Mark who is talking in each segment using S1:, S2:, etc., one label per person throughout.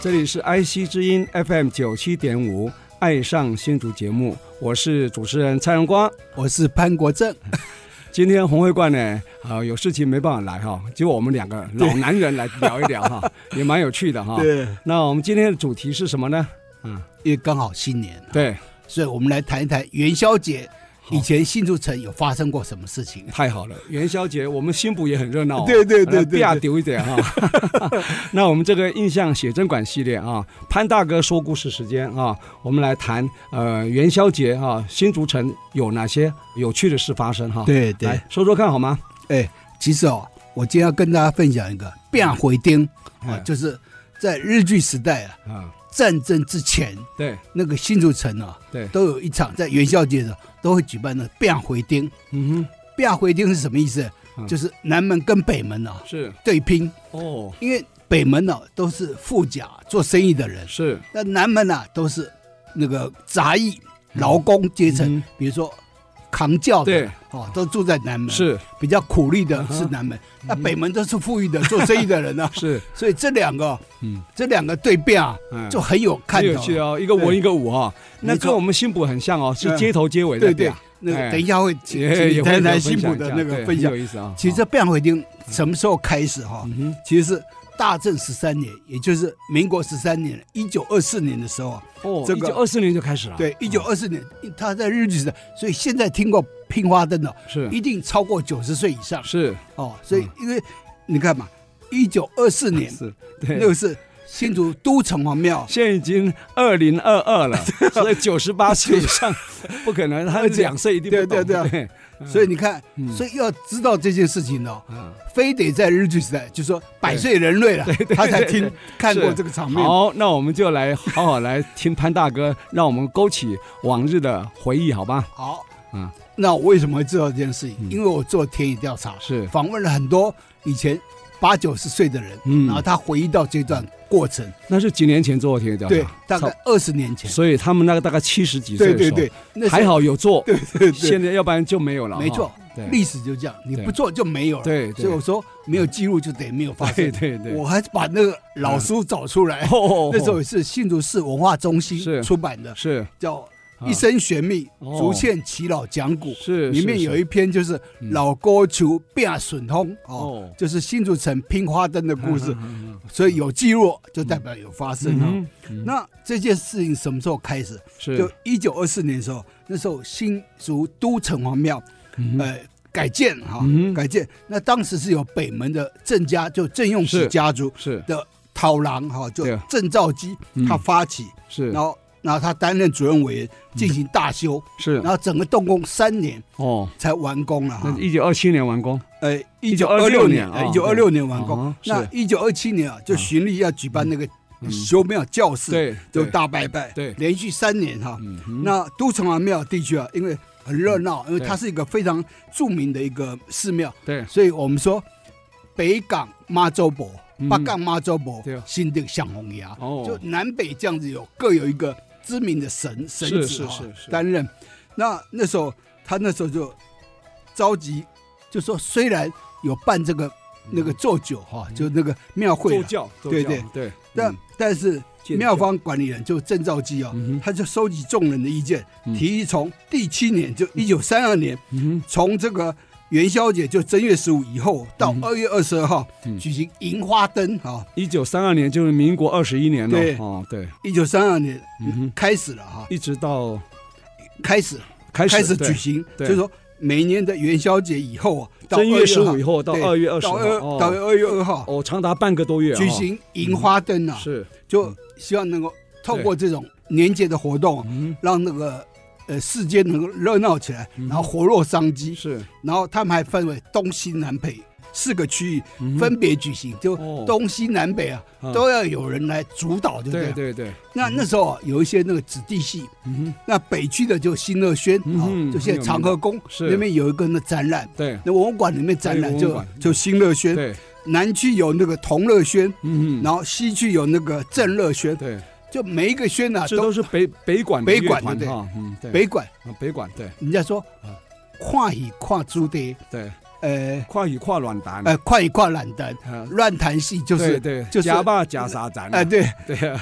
S1: 这里是 IC 之音 FM 九七点五，爱上新竹节目，我是主持人蔡荣光。
S2: 我是潘国正，
S1: 今天红会冠呢，啊、有事情没办法来哈，结果我们两个老男人来聊一聊 哈，也蛮有趣的哈。
S2: 对，
S1: 那我们今天的主题是什么呢？嗯，
S2: 啊因为刚好新年，
S1: 对，
S2: 所以我们来谈一谈元宵节以前新竹城有发生过什么事情。
S1: 太好了，元宵节我们新埔也很热闹、哦，
S2: 对对对对
S1: 要
S2: 对
S1: 丢一点 哈。那我们这个印象写真馆系列啊，潘大哥说故事时间啊，我们来谈呃元宵节啊，新竹城有哪些有趣的事发生哈、
S2: 对对
S1: 来，说说看好吗？
S2: 啊哎，其实哦，我今天要跟大家分享一个变回丁啊，
S1: 嗯
S2: 就是在日据时代啊，
S1: 啊，
S2: 战争之前，
S1: 对
S2: 那个新竹城啊，
S1: 对，
S2: 都有一场在元宵节的时候都会举办的变回丁。
S1: 嗯
S2: 变回丁是什么意思
S1: 嗯？
S2: 就是南门跟北门啊
S1: 哼，是
S2: 对拼，
S1: 哦，
S2: 因为北门呢、啊都是富甲做生意的人，
S1: 是
S2: 那南门啊都是那个杂役、劳工阶层，
S1: 嗯
S2: 比如说扛轿的，
S1: 对，
S2: 哦，都住在南门，
S1: 是
S2: 比较苦力的
S1: 嗯哼，
S2: 是南门，那北门都是富裕的 做生意的人呢啊
S1: 是，
S2: 所以这两个
S1: 嗯，
S2: 这两个对辩啊，
S1: 嗯
S2: 就很有看
S1: 很有
S2: 头
S1: 趣
S2: 了，
S1: 哦，一个文
S2: 对
S1: 一个武哈，那
S2: 没错
S1: 跟我们新埔很像哦，是
S2: 嗯
S1: 街头街尾
S2: 对
S1: 的
S2: 对
S1: 表，，
S2: 那
S1: 哎
S2: 个等一下会请请
S1: 也
S2: 你
S1: 也会
S2: 谈
S1: 有
S2: 谈
S1: 分
S2: 新埔
S1: 享一
S2: 的
S1: 下
S2: 那个
S1: 对
S2: 分
S1: 很
S2: 享
S1: 有。意思啊。
S2: 其实
S1: 好
S2: 这辩回丁什么时候开始哈？
S1: 嗯哼
S2: 其实是大正十三年，也就是民国十三年，一九二四年的时候啊，
S1: 哦，
S2: 这
S1: 一
S2: 个
S1: 九二四年就开始了，
S2: 对，一九
S1: 哦
S2: 二四年，他在日据时代，所以现在听过拼花灯的，
S1: 是
S2: 一定超过九十岁以上
S1: 是
S2: 哦。所以因为你看嘛，一九二四年
S1: 是，
S2: 那
S1: 对，
S2: 个。是新竹都城隍庙
S1: 现在已经二零二二 了，所以九十八岁以上不可能，他
S2: 而且
S1: 两岁一定不
S2: 对对啊
S1: 懂
S2: 对
S1: 对，嗯
S2: 所以你看
S1: 嗯，
S2: 所以要知道这件事情呢，
S1: 嗯
S2: 非得在日据时代，就说百岁人瑞了，他才
S1: 对
S2: 听看过
S1: 是
S2: 这个场面。
S1: 好，那我们就来好好来听潘大哥，让我们勾起往日的回忆，好吧？
S2: 好，
S1: 嗯
S2: 嗯，那我为什么会知道这件事
S1: 嗯
S2: 情？因为我做田野调查，
S1: 是
S2: 访问了很多以前八九十岁的人，
S1: 嗯
S2: 然后他回忆到这段过程，
S1: 那是几年前做田野调查，
S2: 对，大概二十年前，
S1: 所以他们那个大概七十几岁
S2: 对
S1: 的时
S2: 对
S1: 候，
S2: 对，那时候
S1: 还好有做，
S2: 对对对，
S1: 现在要不然就没有了。
S2: 没错
S1: 啊哈，对
S2: 历史就这样，你
S1: 对
S2: 不做就没有了。
S1: 对对
S2: 所以我说没有记录就等于没有发
S1: 对
S2: 生。
S1: 对对，
S2: 我还把那个老书找出来，
S1: 哦
S2: 那时候是新竹市文化中
S1: 是
S2: 心出版的，
S1: 是
S2: 叫《
S1: 啊
S2: 一生玄秘：
S1: 哦
S2: 竹堑耆老讲古》。
S1: 是
S2: 里面
S1: 是
S2: 有
S1: 是
S2: 一篇就是
S1: 嗯
S2: 老郭球变笋通哦
S1: 哦，
S2: 就是新竹城拼花灯的故事，
S1: 嗯
S2: 所以有记录就代表有发生啊。
S1: 嗯嗯
S2: 那这件事情什么时候开始？
S1: 是
S2: 就一九二四年的时候，那时候新竹都城隍庙
S1: 嗯
S2: 呃改建哈
S1: 嗯，
S2: 改建。那当时是有北门的郑家，就郑用
S1: 是
S2: 喜家族
S1: 是
S2: 的讨郎哈，就
S1: 对啊
S2: 郑兆基
S1: 嗯
S2: 他发起，
S1: 是
S2: 然后然后他担任主任委员
S1: 嗯
S2: 进行大修，
S1: 是
S2: 然后整个动工三年
S1: 哦，
S2: 才完工了哈
S1: 那。一九二七年完工，
S2: 呃，一九二
S1: 1926
S2: 六
S1: 年
S2: 年，
S1: 啊
S2: 一九二六年完工。
S1: 啊
S2: 那
S1: 是
S2: 一九二七年啊，就循例要举办那个
S1: 嗯
S2: 修庙教室，
S1: 对
S2: 就
S1: 对
S2: 大拜拜，
S1: 对
S2: 连续三年哈。
S1: 嗯哼
S2: 那都城隍庙地区啊，因为很热闹，因为
S1: 对
S2: 它是一个非常著名的一个寺庙，
S1: 对
S2: 所以我们说北港妈祖婆
S1: 嗯、
S2: 北港妈祖婆
S1: 对啊、
S2: 新的响红崖
S1: 哦，
S2: 就南北这样子有各有一个知名的神神
S1: 是
S2: 子啊
S1: 是是是
S2: 担任。那那时候他那时候就着急，就说虽然有办这个那个做酒哈，就那个庙会
S1: 嗯做
S2: 啊，
S1: 教做
S2: 对
S1: 教
S2: 对
S1: 对，
S2: 但
S1: 嗯
S2: 但是
S1: 建
S2: 庙
S1: 教
S2: 方管理人就郑兆基啊
S1: 嗯哼，
S2: 他就收集众人的意见，
S1: 嗯
S2: 提议从第七年就一九三二年，
S1: 嗯哼
S2: 从这个元宵节就正月十五以后到
S1: 嗯
S2: 二月二十二号
S1: 嗯
S2: 举行银花灯啊，
S1: 一九三二年就是民国二十一年了，
S2: 对
S1: 哦对，
S2: 一九三二年
S1: 嗯哼
S2: 开始了哈，
S1: 一直到
S2: 开始
S1: 嗯开始
S2: 开始
S1: 对
S2: 举行，
S1: 对
S2: 就是说每年的元宵节以后啊，到
S1: 正月
S2: 2
S1: 十
S2: 号
S1: 五以后到
S2: 对
S1: 二月二十
S2: 到
S1: 号，
S2: 二
S1: 哦
S2: 到二月二号
S1: 哦，长达半个多月啊哦
S2: 举行银花灯啊，
S1: 是
S2: 就希望能够透过这种年节的活动啊，
S1: 嗯
S2: 让那个呃世间能够热闹起来，
S1: 嗯
S2: 然后活络商机。
S1: 是
S2: 然后他们还分为东西南北四个区
S1: 嗯
S2: 域分别举行，就
S1: 哦
S2: 东西南北啊
S1: 嗯
S2: 都要有人来主导，对不
S1: 对嗯对
S2: 对？
S1: 对，
S2: 那那时候啊有一些那个子弟戏，
S1: 嗯哼，
S2: 那北区的就新乐轩
S1: 嗯
S2: 啊
S1: 哼，
S2: 就现在长河宫
S1: 是
S2: 那边有一个那展览，
S1: 对
S2: 那文物馆里面展
S1: 对
S2: 览
S1: 文物
S2: 就
S1: 馆
S2: 就新乐轩，
S1: 对，
S2: 南区有那个同乐轩，
S1: 嗯哼，
S2: 然后西区有那个正乐轩，
S1: 对，
S2: 就每一个轩呢
S1: 这都
S2: 啊都
S1: 是北北管的
S2: 北
S1: 乐
S2: 管
S1: 团
S2: 对
S1: 哈，嗯，对，
S2: 北管，
S1: 啊北管对
S2: 人家说
S1: 啊
S2: 跨语跨猪的，
S1: 对，
S2: 呃
S1: 跨语跨软弹，
S2: 呃跨语跨懒蛋，
S1: 啊
S2: 乱弹戏就是
S1: 对对，
S2: 就是
S1: 假霸假沙展
S2: 哎，对，
S1: 对啊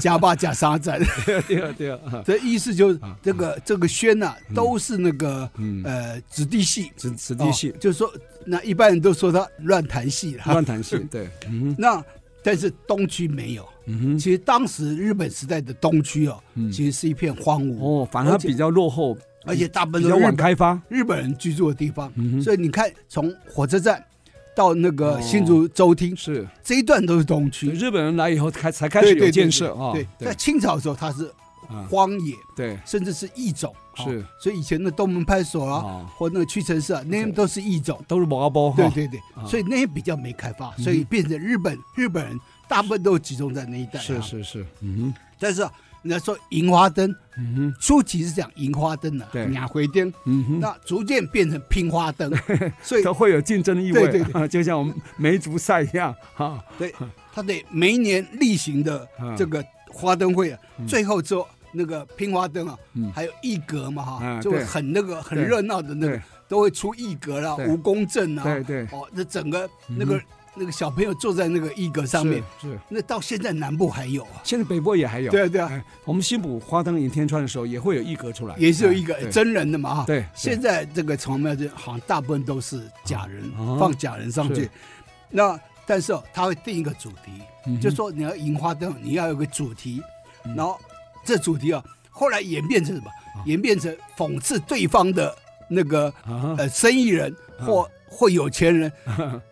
S2: 加巴加沙展，
S1: 对啊对 啊，
S2: 这意思就是
S1: 啊
S2: 这个这个轩呐，都是那个
S1: 嗯，
S2: 呃子弟戏，
S1: 子子弟戏
S2: 哦就是说那一般人都说他乱弹戏了，
S1: 乱弹 戏，对，嗯哼
S2: 那但是东区没有。
S1: 嗯哼，
S2: 其实当时日本时代的东区哦
S1: 嗯，
S2: 其实是一片荒芜，
S1: 哦，反而
S2: 而且
S1: 比较落后，
S2: 而且大部分
S1: 比
S2: 都
S1: 较
S2: 是日
S1: 晚
S2: 本
S1: 开发，
S2: 日本人居住的地方
S1: 嗯哼，
S2: 所以你看从火车站到那
S1: 哦
S2: 个新竹州厅
S1: 是
S2: 这一段都是东
S1: 对
S2: 区。
S1: 日本人来以后开才开
S2: 对
S1: 始
S2: 对
S1: 有
S2: 对
S1: 建
S2: 对
S1: 设啊，
S2: 对，在
S1: 对
S2: 清朝的时候它是
S1: 啊
S2: 荒野，
S1: 对
S2: 甚至是异种，哦
S1: 是
S2: 所以以前的东门派出所啊，
S1: 啊，
S2: 或那个屈臣氏啊，那些都是异种。
S1: 都是毛包
S2: 对
S1: 哈，
S2: 对对
S1: 啊，
S2: 所以那些比较没开发，
S1: 嗯哼
S2: 所以变成日本日本人大部分都集中在那一带、啊。
S1: 是。是是，嗯哼
S2: 但是、啊、人家说银花灯，
S1: 嗯哼
S2: 初期是讲银花灯的、
S1: 对
S2: 啊，两回灯，
S1: 嗯哼。
S2: 那逐渐变成拼花灯， 所以
S1: 都会有竞争意味，
S2: 对对
S1: 就像我们梅竹赛一样哈。
S2: 对他得每一年例行的
S1: 啊
S2: 这个花灯会啊，最后之后那个拼花灯啊，
S1: 嗯
S2: 还有一格嘛
S1: 啊
S2: 哈，就会
S1: 对
S2: 很那个很
S1: 对
S2: 热闹的那
S1: 对
S2: 个，都会出一格啦、
S1: 对
S2: 蜈蚣阵啊，
S1: 对对嗯
S2: 哦，那整个那个那个小朋友坐在那个一格上面，
S1: 是是
S2: 那到现在南部还有啊，
S1: 现在北部也还有。
S2: 对啊对啊，
S1: 哎，我们新浦花灯迎天川的时候也会有一格出来，
S2: 也是有一个
S1: 哎对
S2: 真人的嘛哈。
S1: 对对
S2: 现在这个城庙就好像大部分都是假人
S1: 啊，
S2: 放假人上
S1: 是
S2: 去。那但是哦，他会定一个主
S1: 嗯
S2: 题，就说你要银花灯，你要有个主题，然后这主题啊，后来演变成什么？演变成讽刺对方的那个
S1: 啊
S2: 呃生意人或或有 钱人，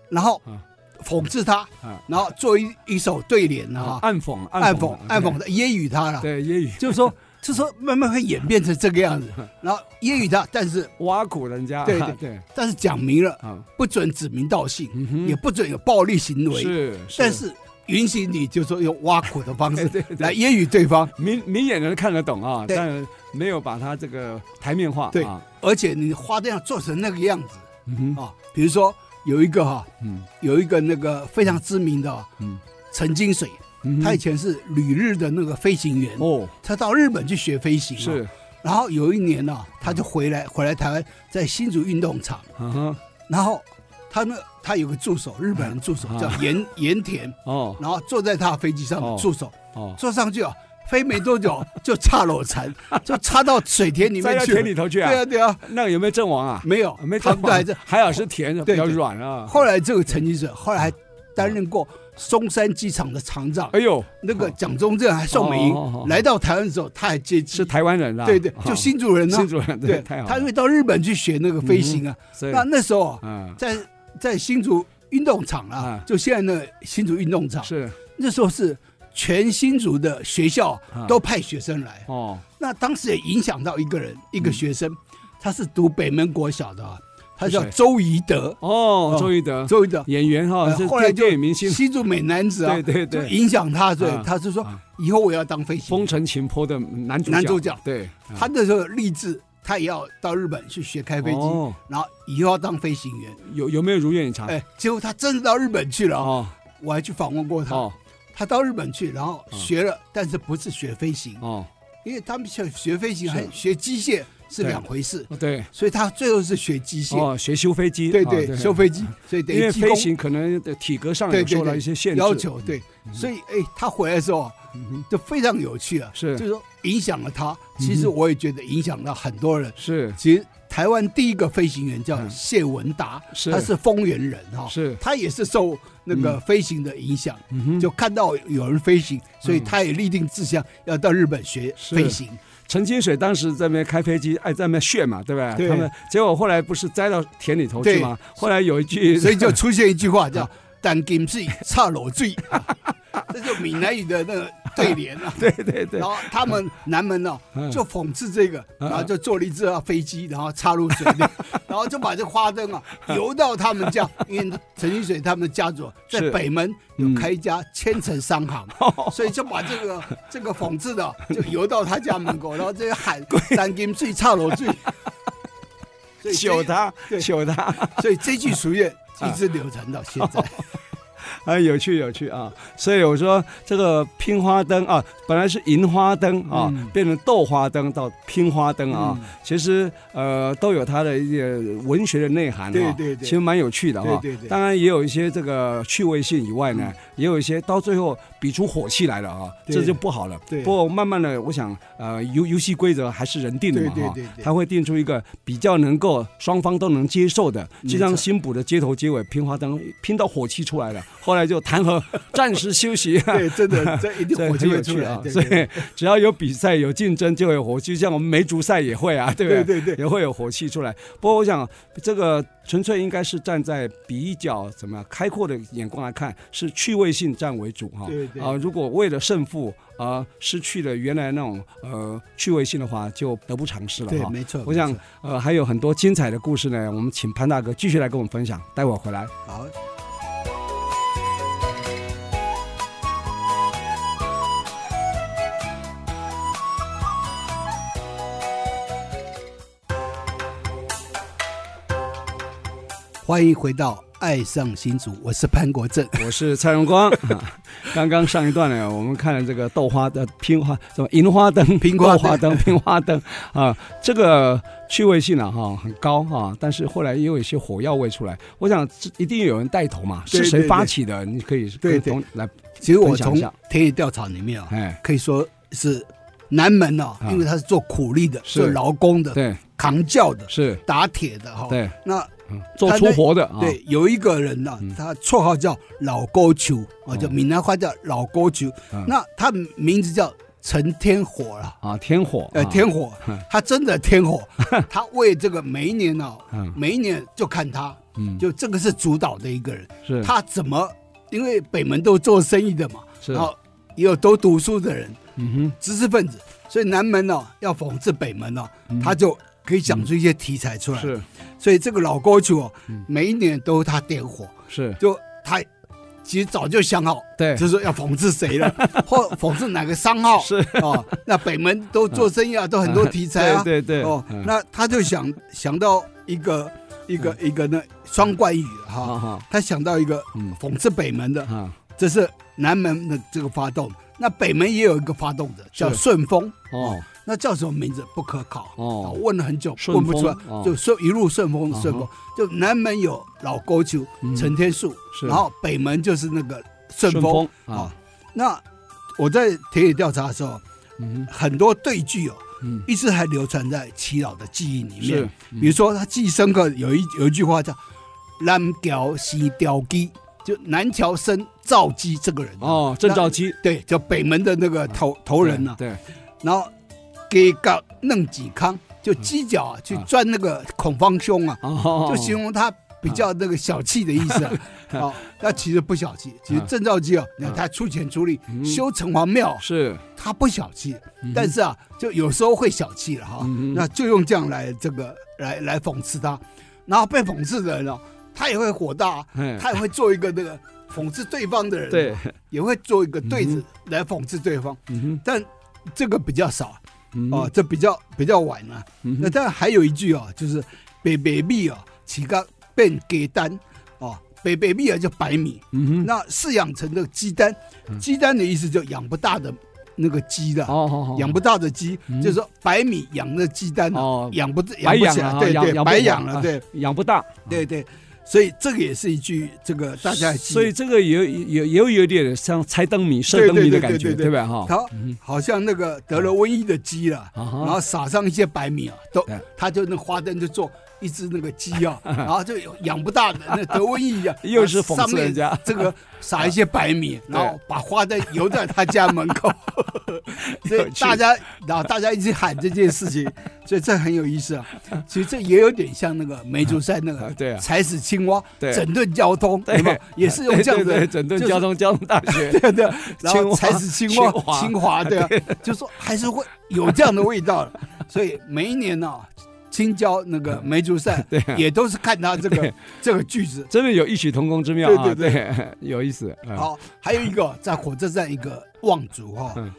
S2: 然后
S1: 啊
S2: 讽刺他
S1: 啊，
S2: 然后做一一首对联啊，
S1: 暗讽
S2: 暗讽暗讽
S1: 的，
S2: 的揶揄他了。
S1: 对揶揄
S2: 就是说，就是说慢慢会演变成这个样子，
S1: 嗯
S2: 然后揶揄他，但是
S1: 挖苦人家，
S2: 对
S1: 对
S2: 对
S1: 对
S2: 但是讲明了，
S1: 啊，
S2: 不准指名道姓，
S1: 嗯哼
S2: 也不准有暴力行为，
S1: 是，
S2: 但是允许你就说用挖苦的方式
S1: 对对对
S2: 来揶揄对方，
S1: 明明眼人看得懂啊，
S2: 对
S1: 但没有把它这个台面化
S2: 对
S1: 啊，
S2: 而且你花灯要做成那个样子
S1: 嗯哼
S2: 啊，比如说有一个哈，
S1: 嗯
S2: 有一个那个非常知名的啊
S1: 嗯
S2: 陈金水，
S1: 嗯哼，
S2: 他以前是旅日的那个飞行员，
S1: 哦
S2: 他到日本去学飞行，啊
S1: 是，，
S2: 然后有一年呢，他就回来回来台湾，在新竹运动场。
S1: 啊哈
S2: 然后他呢，他有个助手，日本人助手
S1: 啊
S2: 叫盐盐田，
S1: 哦
S2: 然后坐在他的飞机上
S1: 哦
S2: 面，助手
S1: 哦，
S2: 坐上去啊，飞没多久就插裸船，就插到水田里
S1: 栽
S2: 面
S1: 到
S2: 去了。
S1: 田里头去啊
S2: 对啊，对啊，
S1: 那个有没有阵亡啊？
S2: 没有，
S1: 没
S2: 他
S1: 阵
S2: 们都
S1: 亡
S2: 还在，。
S1: 海老是甜的，比
S2: 对
S1: 较
S2: 对
S1: 软啊。
S2: 后来这个陈金水后来还担任过松山机场的厂长
S1: 哎，呦，
S2: 那个蒋中正还宋美
S1: 哦哦哦哦
S2: 龄来到台湾的时候，他还接机
S1: 是台湾人啊，
S2: 对对
S1: 啊，
S2: 就新竹人呢
S1: 新，主人，对，
S2: 对，
S1: 太好了。
S2: 他因为到日本去学那个飞行啊，
S1: 所以
S2: 那那时候啊，
S1: 嗯
S2: 在在新竹运动场啊
S1: 啊，
S2: 就现在那个新竹运动场，
S1: 是
S2: 那时候是全新竹的学校
S1: 啊
S2: 都派学生来。
S1: 哦，
S2: 那当时也影响到一个人，一个
S1: 嗯
S2: 学生，他是读北门国小的啊，他叫
S1: 是谁
S2: 周怡德，
S1: 哦，
S2: 哦
S1: 周瑜德
S2: 周怡德。
S1: 演员哈，
S2: 呃
S1: 是
S2: 后来
S1: 电
S2: 就
S1: 电影明星，
S2: 新竹美男子啊，
S1: 对对对
S2: 就影响他，所以
S1: 啊
S2: 他就说
S1: 啊
S2: 以后我要当飞
S1: 《
S2: 行
S1: 风
S2: 员。
S1: 尘情坡》的男主
S2: 男主角
S1: 对，啊
S2: 他那时候立志，他也要到日本去学开飞机
S1: 哦，
S2: 然后以后要当飞行员。
S1: 有有没有如愿以偿？
S2: 哎，结果他真的到日本去了啊，
S1: 哦
S2: 我还去访问过他。
S1: 哦
S2: 他到日本去，然后学了，但是不是学飞行，
S1: 哦，
S2: 因为他们学学飞行
S1: 是
S2: 和学机械是
S1: 对
S2: 两回事，
S1: 哦对，
S2: 所以他最后是学机械，
S1: 哦，学修飞机，
S2: 对
S1: 啊
S2: 对，修飞机，所以等
S1: 因为
S2: 于机
S1: 飞
S2: 工
S1: 行可能的体格上
S2: 对
S1: 有受
S2: 对
S1: 到
S2: 对
S1: 一些限制
S2: 要求，对，所以哎，他回来的时候啊
S1: 嗯哼
S2: 就非常有趣啊，
S1: 是
S2: 就是说影响了他，其
S1: 嗯
S2: 实
S1: 哼
S2: 我也觉得影响了很多人，
S1: 是
S2: 其实。台湾第一个飞行员叫
S1: 嗯
S2: 谢文达，
S1: 是
S2: 他是丰原人哈，
S1: 是
S2: 他也是受那个
S1: 嗯
S2: 飞行的影响，
S1: 嗯哼
S2: 就看到有人飞行，所以
S1: 嗯
S2: 他也立定志向要到日本学
S1: 是
S2: 飞行。
S1: 陈金水当时在那边开飞机，哎，在那边炫嘛，对吧？
S2: 对
S1: 他们结果后来不是栽到田里头去
S2: 对
S1: 吗？后来有一句，
S2: 所以就 出现一句话叫“但金水差裸醉”，啊这就闽南语的那个对联啊，
S1: 对对对
S2: 然，后他们南门呢、
S1: 嗯
S2: 就讽刺这个，
S1: 嗯
S2: 然后就做了一只飞机，然后插入水里，然后就把这花灯啊游到他们家，因为陈玉水他们的家族在
S1: 是
S2: 北门
S1: 嗯
S2: 有开一家千层商行，
S1: 哦
S2: 所以就把这个这个讽刺的啊就游到他家门口，然后这个喊三金醉差楼醉，所以
S1: 求
S2: 这
S1: 他
S2: 对
S1: 求他。
S2: 所以这句俗谚一直流传到现在。
S1: 啊，有趣有趣啊！所以我说这个拼花灯啊，本来是银花灯啊，
S2: 嗯
S1: 变成豆花灯到拼花灯啊，
S2: 嗯
S1: 其实呃都有它的一些文学的内涵啊，
S2: 对对对
S1: 其实蛮有趣的啊。
S2: 对对对嗯
S1: 当然也有一些这个趣味性以外呢，也有一些到最后比出火气来了啊，
S2: 对
S1: 这就不好了。
S2: 对
S1: 不过慢慢的，我想呃游游戏规则还是人定的嘛
S2: 对对
S1: 哈
S2: 对对
S1: 他会定出一个比较能够双方都能接受的，
S2: 没
S1: 就像
S2: 错
S1: 新补的街头街尾拼花灯拼到火气出来了，后来就弹劾暂时休息。
S2: 对，真的，这 一定
S1: 这
S2: 火
S1: 很
S2: 就
S1: 有
S2: 会出
S1: 趣
S2: 来
S1: 啊。！
S2: 对
S1: 所
S2: 对对
S1: 以只要有比赛有竞争就会有火气，就像我们梅竹赛也会啊，对不
S2: 对对对
S1: 也会有火气出来。不过我想这个纯粹应该是站在比较怎么样开阔的眼光来看，是趣味性占为主哈。
S2: 对对
S1: 啊、如果为了胜负而、失去了原来那种呃趣味性的话，就得不偿失了
S2: 对，
S1: 哈。
S2: 没错。
S1: 我想
S2: 没错
S1: 呃还有很多精彩的故事呢，我们请潘大哥继续来跟我们分享，待会儿回来。
S2: 好。欢迎回到《爱上新竹》， 我是潘国 正。
S1: 我是蔡荣光。啊 刚刚上一段呢，我们看了这个豆花的拼花，什么银花 灯、
S2: 拼花
S1: 豆花灯、拼花灯啊，这个趣味性啊哈很高啊，但是后来也有一些火药味出来。我想这一定有人带头嘛，
S2: 对
S1: 是谁
S2: 对
S1: 发
S2: 对
S1: 起的？你可以
S2: 对
S1: 跟
S2: 对
S1: 同来
S2: 其实我
S1: 分享
S2: 从
S1: 一下
S2: 田野调查里面啊，
S1: 哎，
S2: 可以说是南门啊
S1: 啊，
S2: 因为他是做苦力的、
S1: 是
S2: 做劳工的、
S1: 对
S2: 扛轿的、
S1: 是，
S2: 打铁的哈。
S1: 对，
S2: 那
S1: 嗯做
S2: 他
S1: 粗
S2: 那
S1: 活的啊，
S2: 对，有一个人呢、
S1: 嗯
S2: 他绰号叫老沟球啊，叫
S1: 哦
S2: 闽南话叫老沟球。
S1: 嗯
S2: 那他名字叫陈天火了，
S1: 啊，天火，
S2: 呃，
S1: 啊
S2: 天火
S1: 嗯，
S2: 他真的 天火，他为这个每一年呢、
S1: 嗯
S2: 每一年就看他，
S1: 嗯，
S2: 就这个是主导的一个人，
S1: 是
S2: 他怎么，因为北门都做生意的嘛，
S1: 是
S2: 然，后也有都读书的人，
S1: 嗯
S2: 知识分子，所以南门呢、要讽刺北门呢、
S1: 哼，
S2: 他就可以讲出一些题材出来。
S1: 嗯是
S2: 所以这个老沟球哦
S1: 嗯，
S2: 每一年都他点火。
S1: 是，
S2: 就他其实早就想好，
S1: 对
S2: 就是说要讽刺 谁了，或讽刺哪个商号
S1: 哎是
S2: 哦。那北门都做生意啊，都很多题材 啊。
S1: 对对对，
S2: 哦
S1: 嗯，
S2: 那他就想想到一个一个一个那双关语
S1: 好
S2: 哈，
S1: 好，
S2: 他想到一个
S1: 嗯
S2: 讽刺北门的，
S1: 啊，
S2: 这是南门的这个发动。那北门也有一个发动者叫
S1: 是
S2: 顺风，
S1: 哦
S2: 那叫什么名字不可考
S1: 哦
S2: 啊问了很久
S1: 顺
S2: 问不出来
S1: 风，哦
S2: 就顺一路顺风
S1: 啊哈
S2: 顺风，就南门有老沟球
S1: 嗯
S2: 陈天树，
S1: 是，
S2: 然后北门就是那个顺
S1: 顺
S2: 风
S1: 风啊，
S2: 那我在田野调查的时候，
S1: 嗯哼
S2: 很多对句哦，
S1: 嗯，
S2: 一直还流传在耆老的记忆里
S1: 是嗯
S2: 面。，啊比如说，他记忆深刻有一有一句话叫“南桥西吊鸡”，就南桥生赵姬这个人啊
S1: 哦，郑兆基
S2: 对，就北门的那个头头人呐、啊。
S1: 对，
S2: 然后给搞弄几康，就鸡脚啊去钻那个孔方兄啊，
S1: 哦，
S2: 就形容他比较那个小气的意 思啊。哦，那其实不小气，其实郑兆基啊，你看他出钱出力
S1: 嗯
S2: 修城隍庙，
S1: 是，
S2: 他不小气
S1: 嗯，
S2: 但是啊，就有时候会小气了哈
S1: 嗯嗯。
S2: 那就用这样来这个来来讽刺他，然后被讽刺的人哦，他也会火大啊，
S1: 哎，
S2: 他也会做一个那个讽刺对方的人，
S1: 对，，
S2: 也会做一个对
S1: 嗯
S2: 子来讽刺对方，
S1: 嗯
S2: 但这个比较少
S1: 哼，
S2: 哦，这比较比较晚了。
S1: 嗯
S2: 那
S1: 哼，
S2: 当然还有一句啊，就是北北米啊，起个变鸡蛋哦，北北米啊叫白米，
S1: 嗯哼，
S2: 那饲养成的鸡蛋
S1: 嗯，
S2: 鸡蛋的意思就养不大的那个鸡的，
S1: 哦，好好，
S2: 养不大的鸡
S1: 嗯，
S2: 就是说白米养的鸡蛋啊，
S1: 哦，
S2: 养不
S1: 白
S2: 养不
S1: 养
S2: 起
S1: 啊
S2: 来，对
S1: 养
S2: 对，
S1: 养不
S2: 白
S1: 活
S2: 养了，
S1: 啊
S2: 对
S1: 养不大，
S2: 对对，所以这个也是一句这个大家还记得
S1: 所以这个也有也也有有点像猜灯谜、射灯谜的感觉，对吧？哈，
S2: 它
S1: 嗯
S2: 好像那个得了瘟疫的鸡了，
S1: 啊哈哎
S2: 然后撒上一些白米啊，都
S1: 对，
S2: 它就那花灯就做一只那个鸡啊，然后就养不大的那得瘟疫啊
S1: 又是讽刺人家
S2: 上面这个撒一些 白米，然后把花灯游在他家门口，所以大家然后大家一直喊这件事情，所以这很有意思啊。其实这也有点像那个梅竹山那
S1: 啊
S2: 个
S1: 对啊
S2: 踩死青蛙，
S1: 对
S2: 整顿交通，
S1: 对
S2: 有没有也是用这
S1: 对
S2: 样
S1: 对对
S2: 的
S1: 整顿交。通交通大学
S2: 就是对对，
S1: 啊
S2: 然
S1: 青蛙
S2: 后踩死青
S1: 清华
S2: 蛙，清 华对啊，就说还是会有这样的味道的，所以每一年呢、青椒那个梅竹扇
S1: 对啊
S2: 也都是看他这个
S1: 对
S2: 这个句子。
S1: 真的有异曲同工之妙啊！
S2: 对对
S1: 对， 有意思。嗯，
S2: 好，还有一个在火车站一个望族哈、
S1: 嗯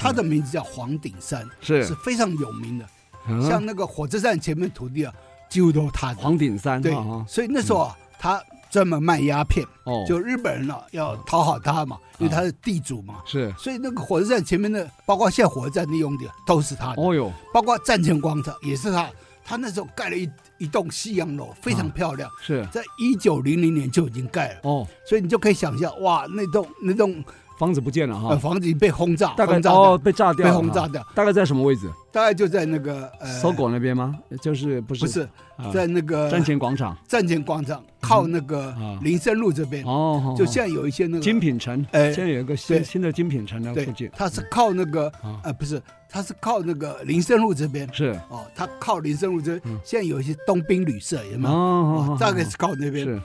S2: 他的名字叫黄顶山，
S1: 是
S2: 是非常有名的。
S1: 嗯
S2: 像那个火车站前面土地啊，几乎都是他的。
S1: 黄顶山
S2: 对
S1: 啊啊，
S2: 所以那时候啊，他专门卖鸦片，
S1: 哦，嗯
S2: 就日本人啊要讨好他嘛，因为他是地主嘛。
S1: 是
S2: 所以那个火车站前面的，包括现在火车站利用的都是他的，
S1: 哦哟，
S2: 包括站前广场也是他。他那时候盖了一一栋西洋楼，非常漂亮，
S1: 是
S2: 在一九零零年就已经盖了，
S1: 哦，
S2: 所以你就可以想象，哇，那栋那栋
S1: 房子不见了
S2: 呃
S1: 哈，
S2: 房子已经被轰炸，
S1: 啊大概
S2: 轰炸
S1: 哦
S2: 掉，
S1: 被炸掉
S2: 被
S1: 了哈，
S2: 轰炸掉，
S1: 大概在什么位置？
S2: 大概就在那个呃，
S1: 搜狗那边吗？就是不是
S2: 不是呃
S1: 啊
S2: 在那个
S1: 站前广场
S2: 站前广场靠那个
S1: 啊
S2: 林森路这边，
S1: 哦，好
S2: 就
S1: 好
S2: 现在有一些那个
S1: 精品城，
S2: 哎
S1: 现在有一个新
S2: 对
S1: 新的精品城的
S2: 对
S1: 附近，，
S2: 它是靠那个
S1: 啊
S2: 呃不是，它是靠那个林森路这边
S1: 是
S2: 哦，它靠林森路这
S1: 嗯
S2: 边，现在有一些冬兵旅社有没有？
S1: 哦
S2: 哦，大概是靠那边
S1: 是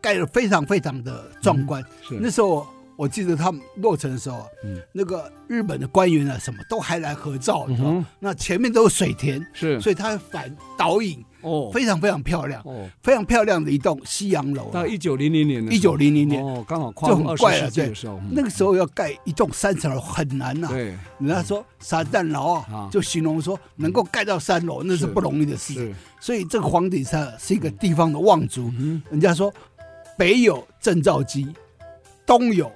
S2: 盖的非常非常的壮观。
S1: 是
S2: 那时候我记得他们落成的时候啊
S1: 嗯，
S2: 那个日本的官员啊什么都还来合照，你知道
S1: 嗯
S2: 吗那前面都是水田，
S1: 是
S2: 所以它反倒影
S1: 哦
S2: 非常非常漂亮，
S1: 哦，
S2: 非常漂亮的一栋西洋楼啊。
S1: 到一九零零年的
S2: 一九零零年，
S1: 哦，刚好跨
S2: 就
S1: 入
S2: 很
S1: 二
S2: 怪
S1: 十世
S2: 了
S1: 纪的
S2: 对
S1: 时候，嗯
S2: 那个时候要盖一栋三层楼很难呐、
S1: 对嗯
S2: 人家说撒旦牢
S1: 啊
S2: 啊，就形容说能够盖到三楼那是不容易的事情。
S1: 是
S2: 所以这个黄顶山是一个地方的望族，
S1: 嗯
S2: 人家说北有郑兆基，东有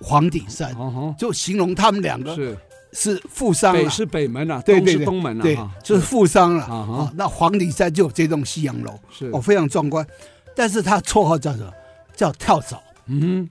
S2: 黄顶山，
S1: 哦
S2: 就形容他们两
S1: 吼
S2: 个
S1: 是
S2: 是富商
S1: 北
S2: 了。
S1: 是北门啊，
S2: 对
S1: 东
S2: 对
S1: 是
S2: 对
S1: 东门啊，
S2: 对
S1: 哈，
S2: 就是富商了
S1: 啊哈
S2: 啊。那黄顶山就有这栋西洋楼，
S1: 是
S2: 哦，非常壮观。但是他绰号叫什么？叫跳蚤。
S1: 嗯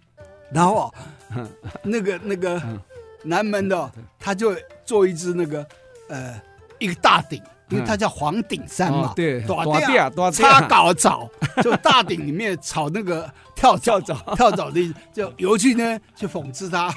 S2: 然后 啊
S1: 嗯
S2: 那个那个
S1: 嗯
S2: 南门的，他就做一只那个呃一个大鼎，因为它叫黄鼎山
S1: 嗯哦
S2: 嘛，
S1: 对
S2: 大
S1: 大鼎大鼎
S2: 插搞枣，就大鼎里面炒那 个跳
S1: 跳
S2: 蚤，
S1: 蚤
S2: 跳蚤的意思，就尤 其呢去讽刺他，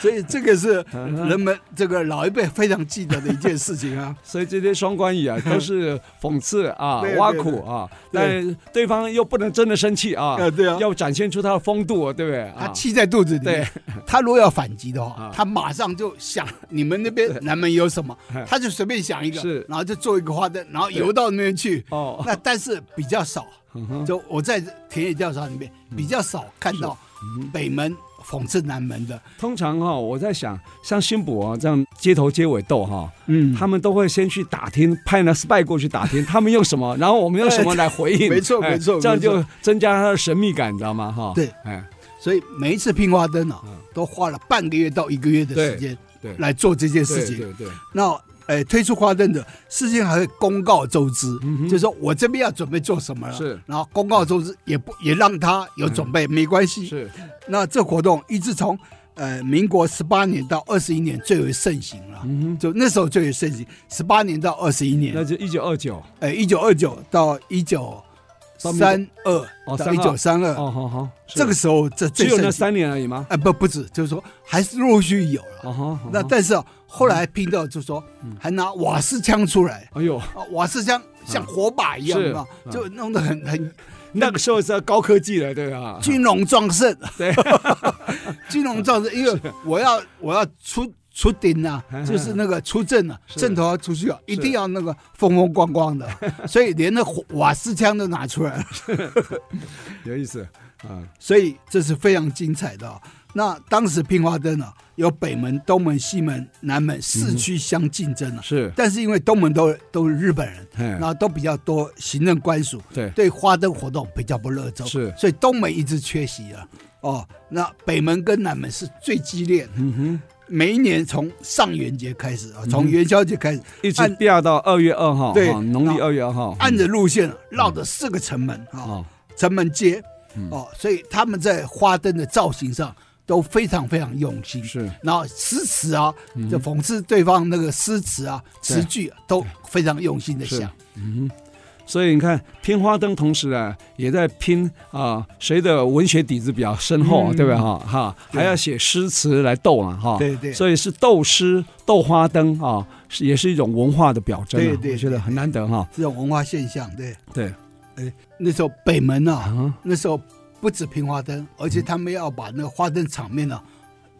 S2: 所以这个是
S1: 嗯
S2: 人们这个老一辈非常记得的一件事情啊。
S1: 所以这些双关语啊，都 是讽刺啊
S2: 对、对
S1: 挖苦啊，
S2: 对
S1: 但对方又不能真的生气啊
S2: 啊，对啊
S1: 要展现出他的风度，对不对
S2: 他
S1: 啊？
S2: 气在肚子里 面，他如果要反击的
S1: 啊
S2: 话，他马上就想你们那 边南门有什么
S1: 哎，
S2: 他就随便想一个
S1: 是，
S2: 然后就做一个花灯，然后游到那边去。
S1: 哦，
S2: 那但是比较少，
S1: 嗯哼
S2: 就我在田野调查里面比较少看到
S1: 嗯
S2: 北门讽刺南门的，
S1: 通常哈、我在想，像新浦啊这样街头街尾斗哈、
S2: 嗯
S1: 他们都会先去打听，派那 spy 过去打 听，他们用什么，然后我们用什么来回应，
S2: 哎没错
S1: 哎
S2: 没错
S1: 这样
S2: 没错
S1: 就增加它的神秘感，你知道吗？哈、
S2: 对，
S1: 哎，
S2: 所以每一次拼花灯啊
S1: 嗯，
S2: 都花了半个月到一个月的时间
S1: 对对
S2: 来做这件事
S1: 对
S2: 情。
S1: 对对，
S2: 那呃，推出花灯的事先还会公告周知，
S1: 嗯哼
S2: 就是说我这边要准备做什么了，
S1: 是
S2: 然后公告周知也不也让他有准备，没关系。
S1: 嗯是
S2: 那这活动一直从呃民国十八年到二十一年最为盛行了，就那时候最为盛行，十八年到二十一年
S1: 嗯那，就一九二九
S2: 呃，一九二九到一九三二
S1: 哦
S2: 到一九三二，
S1: 哦，好好，是
S2: 呃这个时候这最
S1: 只有
S2: 盛
S1: 那
S2: 行
S1: 三年而已吗？
S2: 哎、不不止，就是说还是陆续有了。
S1: 哦嗯好，好
S2: 那
S1: 好
S2: 但是、啊、后来拼到就是说，还拿瓦斯枪出来，
S1: 哎呦，
S2: 啊，瓦斯枪像火把一样
S1: 是
S2: 嘛，
S1: 嗯
S2: 就弄得很很
S1: 那个时候是高科技了，对啊吧？
S2: 军容壮盛，
S1: 对，
S2: 军容壮盛，因为我要我要出出 顶啊
S1: 嗯，
S2: 就是那个出阵啊，
S1: 是
S2: 阵头要出去啊，
S1: 是
S2: 一定要那个风风光光 的，啊所以连那火瓦斯枪都拿出来了，
S1: 有意思啊，
S2: 所以这是非常精彩的啊、那当时拼花灯啊，有北
S1: 嗯
S2: 门、东门、西门、南门四区相竞争啊，
S1: 是
S2: 但是因为东门都都是日本人，
S1: 嗯
S2: 那都比较多行政官署，
S1: 对
S2: 对花灯活动比较不热衷，
S1: 是
S2: 所以东门一直缺席了。哦，那北门跟南门是最激烈的，
S1: 嗯哼，嗯
S2: 每一年从上元节开始啊，从元宵节开始，
S1: 一直
S2: 按
S1: 掉到二月二号，
S2: 对
S1: 哈农历
S2: 那
S1: 二月二号，
S2: 按着路线绕着四个城门啊，
S1: 哦，
S2: 城门街，
S1: 嗯
S2: 哦，所以他们在花灯的造型上都非常非常用心，
S1: 是嗯
S2: 然后诗词啊，就讽刺对方那个诗词啊、
S1: 对
S2: 词句啊都非常用心的
S1: 是
S2: 想。
S1: 嗯哼，所以你看，拼花灯同时呢，也在拼啊、谁的文学底子比较深厚，
S2: 嗯
S1: 对不对哈？哈，
S2: 对
S1: 还要写诗词来斗嘛哈。
S2: 对对，
S1: 所以是斗诗、斗花灯啊，是也是一种文化的表征、啊。
S2: 对对
S1: 我觉得很难得哈。
S2: 这种文化现象，对
S1: 对。
S2: 哎，那时候北门啊，
S1: 啊，
S2: 那时候不止拼花灯，而
S1: 嗯
S2: 且他们要把那个花灯场面呢、啊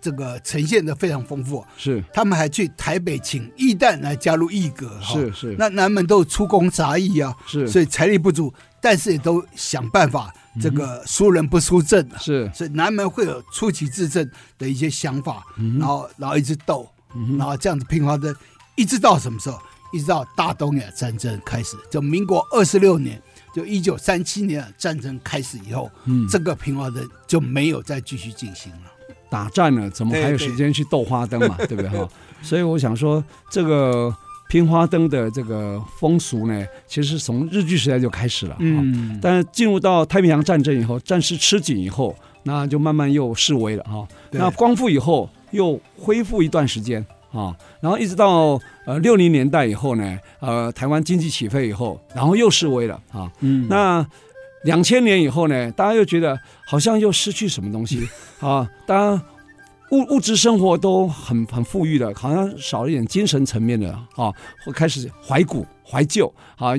S2: 这个呈现的非常丰富。啊
S1: 是
S2: 他们还去台北请艺旦来加入艺阁，哈
S1: 是是
S2: 那南门都出工杂役啊，
S1: 是嗯
S2: 所以财力不足，但是也都想办法，这个输人不输阵啊，
S1: 是，
S2: 所以南门会有出奇制胜的一些想法，
S1: 嗯
S2: 然后然后一直斗，然后这样子拼花灯，一直到什么时候？一直到大东亚战争开始，就民国二十六年，就一九三七年的战争开始以后，
S1: 嗯，
S2: 这个平花灯就没有再继续进行了。
S1: 打战了，怎么还有时间去斗花 灯嘛？对不对哈？所以我想说，这个拼花灯的这个风俗呢，其实从日据时代就开始了。啊，
S2: 嗯，
S1: 但进入到太平洋战争以后，战事吃紧以后，那就慢慢又示威了哈、
S2: 对
S1: 那光复以后又恢复一段时间啊，然后一直到呃六零年代以后呢，呃台湾经济起飞以后，然后又示威了啊。
S2: 嗯
S1: 那两千年以后呢，大家又觉得好像又失去什么东西 啊，大家物物质生活都很很富裕了，好像少了一点精神层面的啊，会开始怀古。怀旧啊，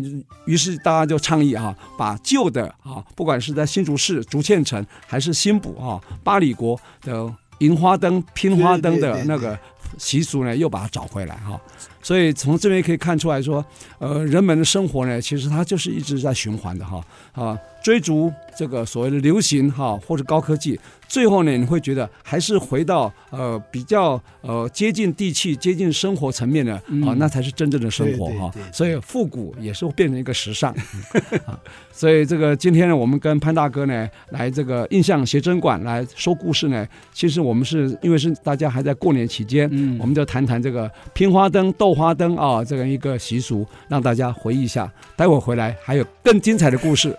S1: 于是大家就倡议啊，把旧的啊，不管是在新竹市竹堑城，还是新埔啊、八里国的银花灯、拼花灯
S2: 对对
S1: 的
S2: 对
S1: 那个习俗呢，又把它找回来哈、所以从这边可以看出来说，呃，人们的生活呢，其实它就是一直在循环的哈啊，追逐这个所谓的流行哈、或者高科技，最后呢，你会觉得还是回到呃比较呃接近地气、接近生活层面的啊、那才是真正的生活
S2: 对对
S1: 哈
S2: 对对。
S1: 所以复古也是变成一个时尚。 啊所以这个今天呢，我们跟潘大哥呢来这个印象写真馆来说故事呢，其实我们是因为是大家还在过年期间，
S2: 嗯
S1: 我们就谈谈这个拼花灯、斗花灯啊、这样一个习俗，让大家回忆一下。待会儿回来还有更精彩的故事。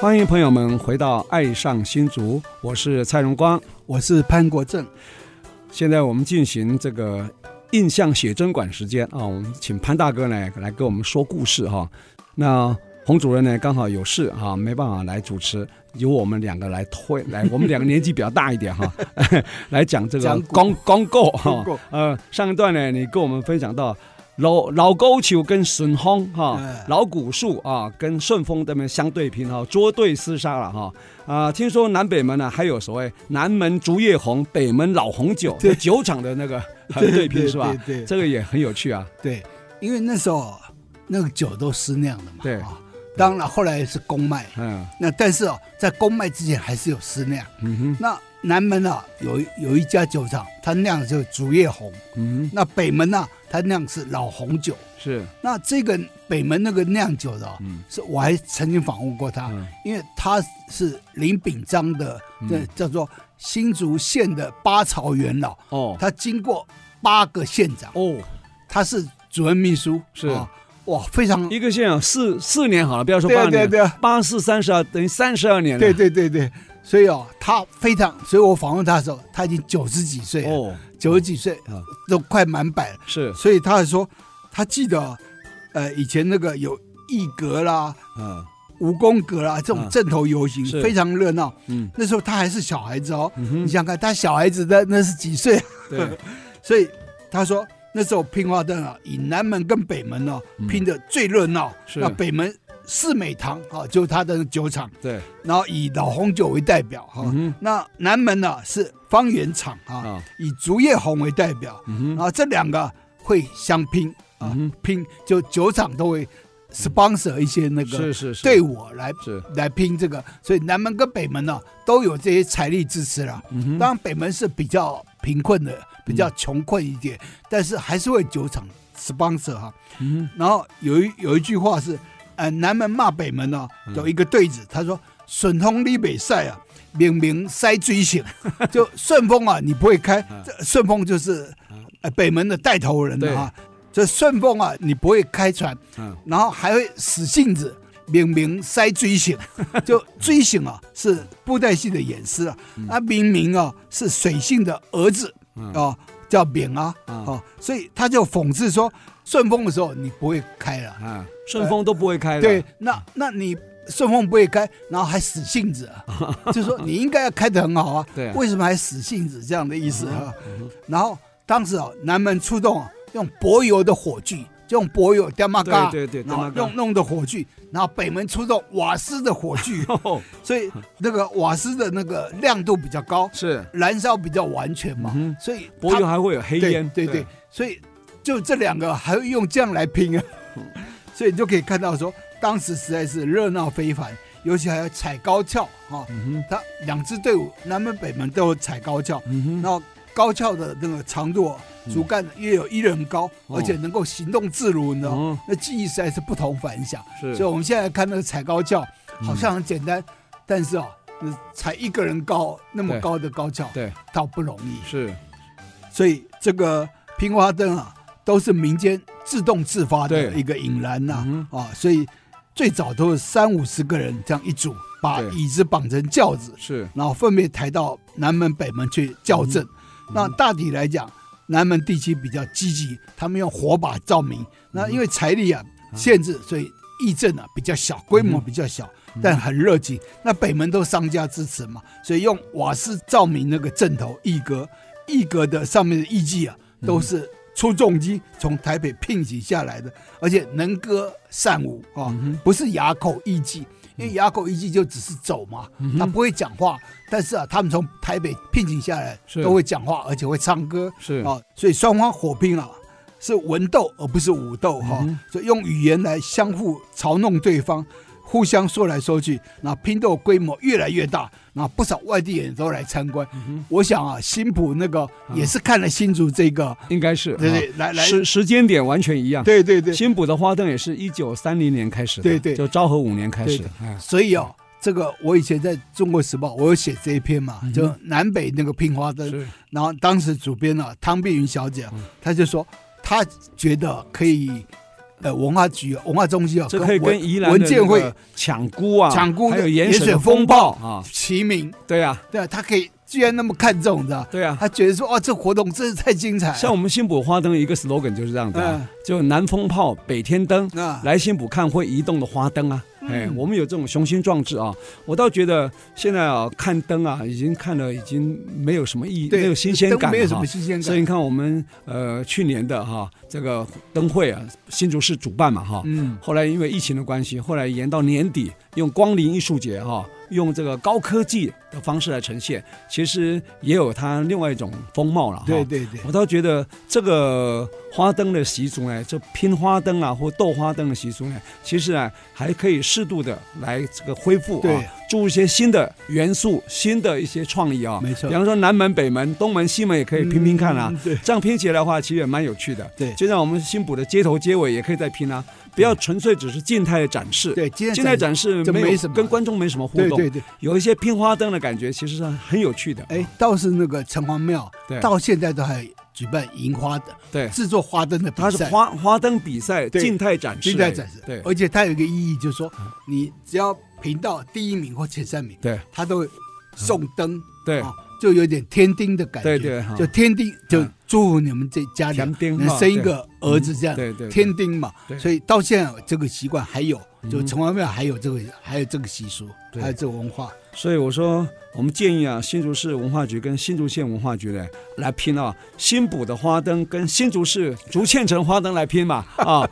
S1: 欢迎朋友们回到《爱上新竹》，我是蔡荣光。
S2: 我是潘 国正，
S1: 现在我们进行这个印象写真馆时间啊，我们请潘大哥呢来给我们说故事哈、那洪主任呢刚好有事啊，没办法来主持，由我们两个来推来，我们两个年纪比较大一点哈、 来讲这个
S2: 讲古
S1: 公公告哈
S2: 公告。
S1: 呃，上一段呢，你跟我们分享到。老老沟球跟顺风哈
S2: 哎，
S1: 老古树啊跟顺风这边相对拼哈，捉对厮杀了哈。啊，听说南北门呢还有所谓南门竹叶红、北门老红酒，
S2: 对
S1: 这酒厂的那个对拼是吧？
S2: 对对
S1: 这个也很有趣啊。
S2: 对，因为那时候那个酒都私酿的嘛，
S1: 对
S2: 啊，当然后来是公卖，
S1: 嗯
S2: 那但是啊，在公卖之前还是有私酿。
S1: 嗯哼
S2: 那南门啊，有一有一家酒厂，它酿的就是竹叶红；
S1: 嗯哼，
S2: 那北门呢、它酿的是老红酒。
S1: 是
S2: 那这个北门那个酿酒的、啊，
S1: 嗯
S2: 是我还曾经访问过他，
S1: 嗯
S2: 因为他是林秉章的，这、
S1: 嗯
S2: 叫做新竹县的八朝元老，
S1: 哦
S2: 他经过八个县长，
S1: 哦，
S2: 他是主任秘书，
S1: 是
S2: 啊哇，非常
S1: 一个县啊四四年好了，不要说
S2: 对
S1: 八
S2: 啊对啊
S1: 年，
S2: 对啊
S1: 八四三十二等于三十二年了。
S2: 对对对对，所以哦，他非常，所以我访问他的时候，他已经九十几岁了，
S1: 哦
S2: 九十、几岁
S1: 啊
S2: 都快满百了，
S1: 是
S2: 所以他还说，他记得哦，呃，以前那个有义阁啦、
S1: 嗯
S2: 蜈蚣阁啦这种
S1: 啊
S2: 阵头游行、
S1: 是
S2: 非常热闹，
S1: 嗯
S2: 那时候他还是小孩子哦，
S1: 嗯
S2: 你
S1: 哼，
S2: 想想看他小孩子的那是几岁啊？
S1: 对
S2: 所以他说那时候拼花灯啊，以南门跟北门呢、
S1: 嗯
S2: 拼的最热闹。
S1: 是
S2: 那北门四美堂啊，就是他的酒厂，
S1: 对
S2: 然后以老红酒为代表哈、
S1: 嗯哼
S2: 那南门呢、是方圆厂 啊，
S1: 啊
S2: 以竹叶红为代表，
S1: 嗯
S2: 然
S1: 哼
S2: 后这两个会相拼啊，
S1: 嗯哼
S2: 拼就酒厂都会 sponsor 一些那
S1: 是
S2: 个
S1: 是是
S2: 队伍来
S1: 是
S2: 来拼这个，所以南门跟北门呢、都有这些财力支持了。
S1: 嗯哼
S2: 当然，北门是比较贫困的，比较穷困一点，但是还是会酒厂 sponsor 哈。
S1: 嗯
S2: 然后有一有一句话是，呃，南门骂北门呢、
S1: 嗯
S2: 有一个对子，他说“顺风立北塞啊，明明塞 追醒”，就顺风啊，你不会开，
S1: 嗯
S2: 这顺风就是呃北门的带头人啊，这顺风啊，你不会开船，
S1: 哼嗯
S2: 然后还会死性子，明明塞 追醒，就追醒啊是布袋戏的演示啊，
S1: 嗯
S2: 那明明啊是水性的儿子啊叫明啊
S1: 嗯
S2: 啊，所以他就讽刺说顺风的时候你不会开了，
S1: 啊，顺风都不会开的，
S2: 对，那那你顺风不会开，然后还死性子、 啊，就说你应该要开得很好啊，
S1: 对啊嗯
S2: 为什么还死性子这样的意思啊？然后当时啊，南门出动、啊，用柏油的火炬，就用柏油掉马嘎，
S1: 对对对
S2: 然后
S1: 吊马嘎，
S2: 用弄的火炬，然后北门出动瓦斯的火炬
S1: 哦，
S2: 所以那个瓦斯的那个亮度比较高，
S1: 是
S2: 燃烧比较完全嘛，
S1: 嗯哼
S2: 所以
S1: 柏
S2: 它
S1: 油还会有黑
S2: 对
S1: 烟，
S2: 对对，所以就这两个还会用这样来拼啊，
S1: 嗯
S2: 所以你就可以看到说，当时实在是热闹非凡，尤其还有踩高跷啊，
S1: 嗯哼，
S2: 他两支队伍南门北门都有踩高跷，
S1: 嗯哼，
S2: 然后高跷的那个长度啊
S1: 嗯
S2: 竹竿也有一人高，
S1: 哦
S2: 而且能够行动自如，你知道吗，
S1: 哦，
S2: 那技艺实在是不同凡响。
S1: 是，嗯
S2: 所以我们现在看那个踩高跷，好像很简单，但是啊，那踩一个人高那么
S1: 对
S2: 高的高跷，
S1: 对，
S2: 倒不容易。
S1: 是，
S2: 所以这个平花灯啊，都是民间自动自发的
S1: 对
S2: 一个引燃呐
S1: 嗯、
S2: 啊所以最早都是三五十个人这样一组，把
S1: 对
S2: 椅子绑成轿子，
S1: 是，
S2: 然后分别抬到南门、北门去校
S1: 嗯
S2: 正。那大体来讲，南门地区比较积极，他们用火把照明。那因为财力啊限制，所以议政啊比较小，规模比较小，但很热情。那北门都商家支持嘛，所以用瓦斯照明那个阵头一格，一格的上面的艺伎啊都是。出重机从台北聘请下来的，而且能歌善舞啊，不是哑口艺伎，因为哑口艺伎就只是走嘛，他不会讲话，但是啊，他们从台北聘请下来
S1: 是
S2: 都会讲话，而且会唱歌，
S1: 是
S2: 啊，所以双方火拼啊，是文斗而不是武斗哈、
S1: 嗯
S2: 所以用语言来相互嘲弄对方，互相说来说去，那拼斗规模越来越大，那不少外地人都来参观。
S1: 嗯
S2: 我想啊，新浦那个也是看了新竹这个，
S1: 应该是，
S2: 对
S1: 啊
S2: 对，来来，
S1: 时时间点完全一样。
S2: 对对对，
S1: 新浦的花灯也是一九三零年开始的，
S2: 对对
S1: 就昭和五年开始
S2: 对
S1: 的。哎，
S2: 所以哦。这个我以前在《中国时报》，我有写这一篇
S1: 嗯
S2: 嘛，就南北那个拼花灯，
S1: 是，
S2: 然后当时主编啊，汤碧云小姐啊，
S1: 嗯
S2: 她就说她觉得可以，呃，文化局、文化中心啊，
S1: 这可以跟
S2: 文
S1: 宜兰的
S2: 文件
S1: 那
S2: 会
S1: 个抢孤啊，
S2: 抢孤
S1: 还有
S2: 的
S1: 盐
S2: 盐水
S1: 水
S2: 风
S1: 暴
S2: 暴
S1: 啊，
S2: 齐名，
S1: 对啊，
S2: 对啊，她可以居然那么看重 的，
S1: 对啊。
S2: 她觉得说哇，这活动真是太精彩了，
S1: 像我们新浦花灯一个 slogan 就是这样的啊、
S2: 嗯
S1: 就南风炮、北天灯，
S2: 啊，
S1: 来新浦看会移动的花灯啊，
S2: 嗯
S1: 哎，我们有这种雄心壮志啊。我倒觉得现在啊，看灯啊，已经看了已经没有什么意义，
S2: 对，
S1: 没有新鲜感、
S2: 都
S1: 啊，
S2: 没有什么新鲜
S1: 所
S2: 感
S1: 以，你看，我们呃去年的哈、这个灯会啊，新竹市主办嘛哈、
S2: 嗯，
S1: 后来因为疫情的关系，后来延到年底，用光临艺术节哈、用这个高科技的方式来呈现，其实也有它另外一种风貌了哈、
S2: 对对对，
S1: 我倒觉得这个花灯的习俗呢，就拼花灯啊或斗花灯的习俗呢，其实啊还可以适度的来这个恢复啊
S2: 对，
S1: 注入一些新的元素、新的一些创意啊。
S2: 没错
S1: 比方说南门、北门、东门、西门也可以拼拼看啊。
S2: 嗯，对
S1: 这样拼起来的话，其实也蛮有趣的。
S2: 对
S1: 就像我们新浦的街头街尾也可以再拼啊，不要纯粹只是静态的展示。，
S2: 对，今天
S1: 静态展示
S2: 这
S1: 没有
S2: 没什么
S1: 跟观众没什么互
S2: 对
S1: 动。
S2: 对对，
S1: 有一些拼花灯的感觉，其实是很有趣的。
S2: 哎，，倒是那个城隍庙
S1: 对，
S2: 到现在都还举办银花的
S1: 对。
S2: 制作花灯的比
S1: 它是
S2: 赛。
S1: 花花灯比赛
S2: 对
S1: 静态展示，
S2: 近代展示，哦
S1: 对嗯
S2: 而且它有一个意义，就是说你只要评到第一名或前三名，
S1: 对
S2: 它都会送灯，
S1: 对
S2: 啊，就有点天丁的感
S1: 对
S2: 觉，
S1: 对哈
S2: 就天丁就祝福你们这家里
S1: 田丁
S2: 能
S1: 哈
S2: 生一个儿子这样，
S1: 对对，
S2: 天丁嘛
S1: 对，
S2: 所以到现在这个习惯还有，就
S1: 嗯
S2: 城隍庙还有这个还有这个习俗，
S1: 对
S2: 还有这个文化，
S1: 所以我说，我们建议啊，新竹市文化局跟新竹县文化局呢来拼啊，新埔的花灯跟新竹市竹堑城花灯来拼 嘛啊。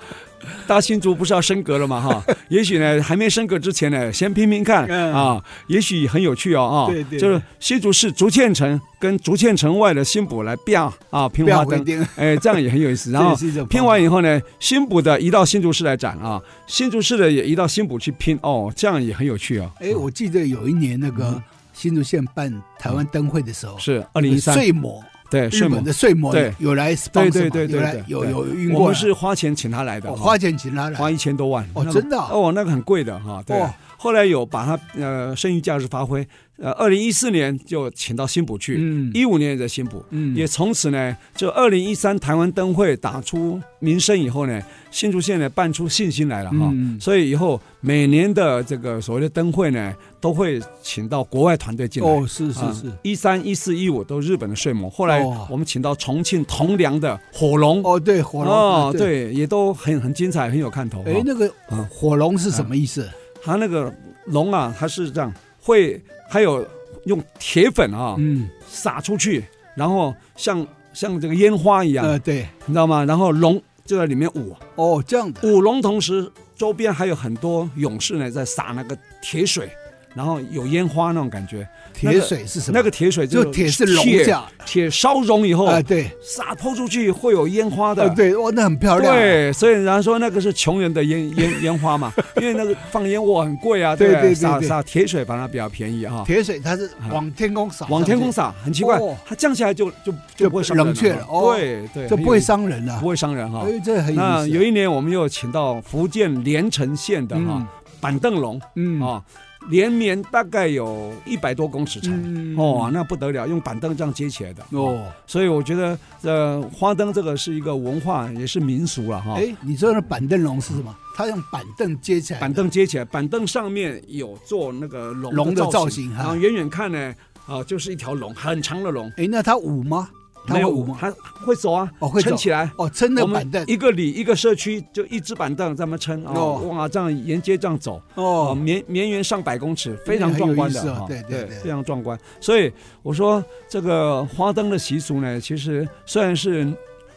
S1: 大新竹不是要升格了嘛哈？也许呢，还没升格之前呢，先拼拼看
S2: 嗯
S1: 啊，也许很有趣哦啊。
S2: 对对
S1: 就是新竹市竹堑城跟竹堑城外的新埔来变啊拼
S2: 不要
S1: 花
S2: 回
S1: 灯，
S2: 丁，
S1: 哎，这样也很有意思。然
S2: 这
S1: 后
S2: 也是一种
S1: 拼
S2: 方法
S1: 完以后呢，新浦的移到新竹市来展啊，新竹市的也移到新浦去拼哦，这样也很有趣哦。
S2: 哎，我记得有一年那个新竹县办台湾灯会的时候，
S1: 嗯是二零一三，
S2: 睡魔。
S1: 对，
S2: 日
S1: 睡
S2: 本
S1: 猛
S2: 的睡魔
S1: 对
S2: 有来 sponsor
S1: 对
S2: 嘛
S1: 对对
S2: 有
S1: 对
S2: 来
S1: 对，
S2: 有
S1: 对
S2: 有运
S1: 我
S2: 过
S1: 们
S2: 来，
S1: 是花钱请他来的
S2: 哦
S1: 哈，
S2: 花钱请他来
S1: 花一千多万
S2: 哦
S1: 那个
S2: 真的啊
S1: 哦，那个很贵的哈，对
S2: 哇。
S1: 后来有把它呃剩余价值发挥，呃，二零一四年就请到新浦去，
S3: 嗯
S1: 一五、年也在新浦，
S3: 嗯
S1: 也从此呢，就二零一三台湾灯会打出名声以后呢，新竹县呢办出信心来了哈。
S3: 嗯
S1: 所以以后每年的这个所谓的灯会呢，都会请到国外团队进来。啊
S2: 哦，是是是，
S1: 一三、一四、一五都是日本的睡魔。后来
S2: 哇
S1: 我们请到重庆铜梁的火龙，
S2: 哦，对，火龙，
S1: 哦
S2: 啊，
S1: 对，也都很很精彩，很有看头。
S2: 哎
S1: 哦，
S2: 那个
S1: 嗯
S2: 火龙是什么意思？
S1: 它那个龙啊，它是这样，会还有用铁粉啊
S3: 嗯
S1: 撒出去，然后像像这个烟花一样，
S2: 呃，对，
S1: 你知道吗？然后龙就在里面舞，
S2: 哦，这样的，
S1: 舞龙同时周边还有很多勇士呢在撒那个铁水，然后有烟花那种感觉。那
S2: 铁
S1: 个
S2: 水是什么？
S1: 那个铁水
S2: 就是铁是龙
S1: 铁
S2: 下，
S1: 铁烧融以后
S2: 啊，对，
S1: 撒泼出去会有烟花的
S2: 啊，。对，哇，那很漂亮，，啊
S1: 对，所以人家说那个是穷人的烟烟烟花 嘛，因为那个放烟火很贵啊，
S2: 对
S1: 不
S2: 对对
S1: 撒
S2: 对
S1: 撒铁水反而比较便宜啊，
S2: 铁水它是往天空撒，
S1: 往天空，撒很奇怪
S2: 哦，
S1: 它降下来就就就不会伤人
S2: 冷却
S1: 了
S2: 了
S1: 哈，
S2: 哦
S1: 对对，
S2: 就
S1: 很
S2: 不
S1: 有
S2: 会
S1: 意思
S2: 伤人啊
S1: 哎不。会伤人哈。
S2: 哎，这很
S1: 那有
S2: 意
S1: 一年我们又请到福建连城县的哈板凳龙
S3: 嗯
S1: 啊，连绵大概有一百多公尺长。
S3: 嗯
S1: 哦，那不得了，用板凳这样接起来的
S2: 思。哦。
S1: 所以我觉得，呃，花灯这个是一个文化，也是民俗了哈。
S2: 哎，你说的板凳龙是什么？它用板凳接起来的，
S1: 板凳接起来，板凳上面有做那个龙
S2: 龙的
S1: 造
S2: 造型
S1: 然后
S2: 哈。
S1: 远远看呢，啊、就是一条龙，很长的龙，
S2: 哎，那它舞吗？它
S1: 没
S2: 会
S1: 有
S2: 舞吗？
S1: 它会走啊，
S2: 哦会走
S1: 撑起来。
S2: 哦，撑那
S1: 我
S2: 个
S1: 们
S2: 板凳
S1: 一个里一个社区就一只板凳这么撑啊、
S2: 哦
S1: 哇，这样沿街这样走，哦，
S2: 哦，
S1: 绵绵延上百公尺，非常壮观的
S2: 很有意思哦
S1: 哈
S2: 对对对
S1: 非常壮观。所以我说这个花灯的习俗呢，其实虽然是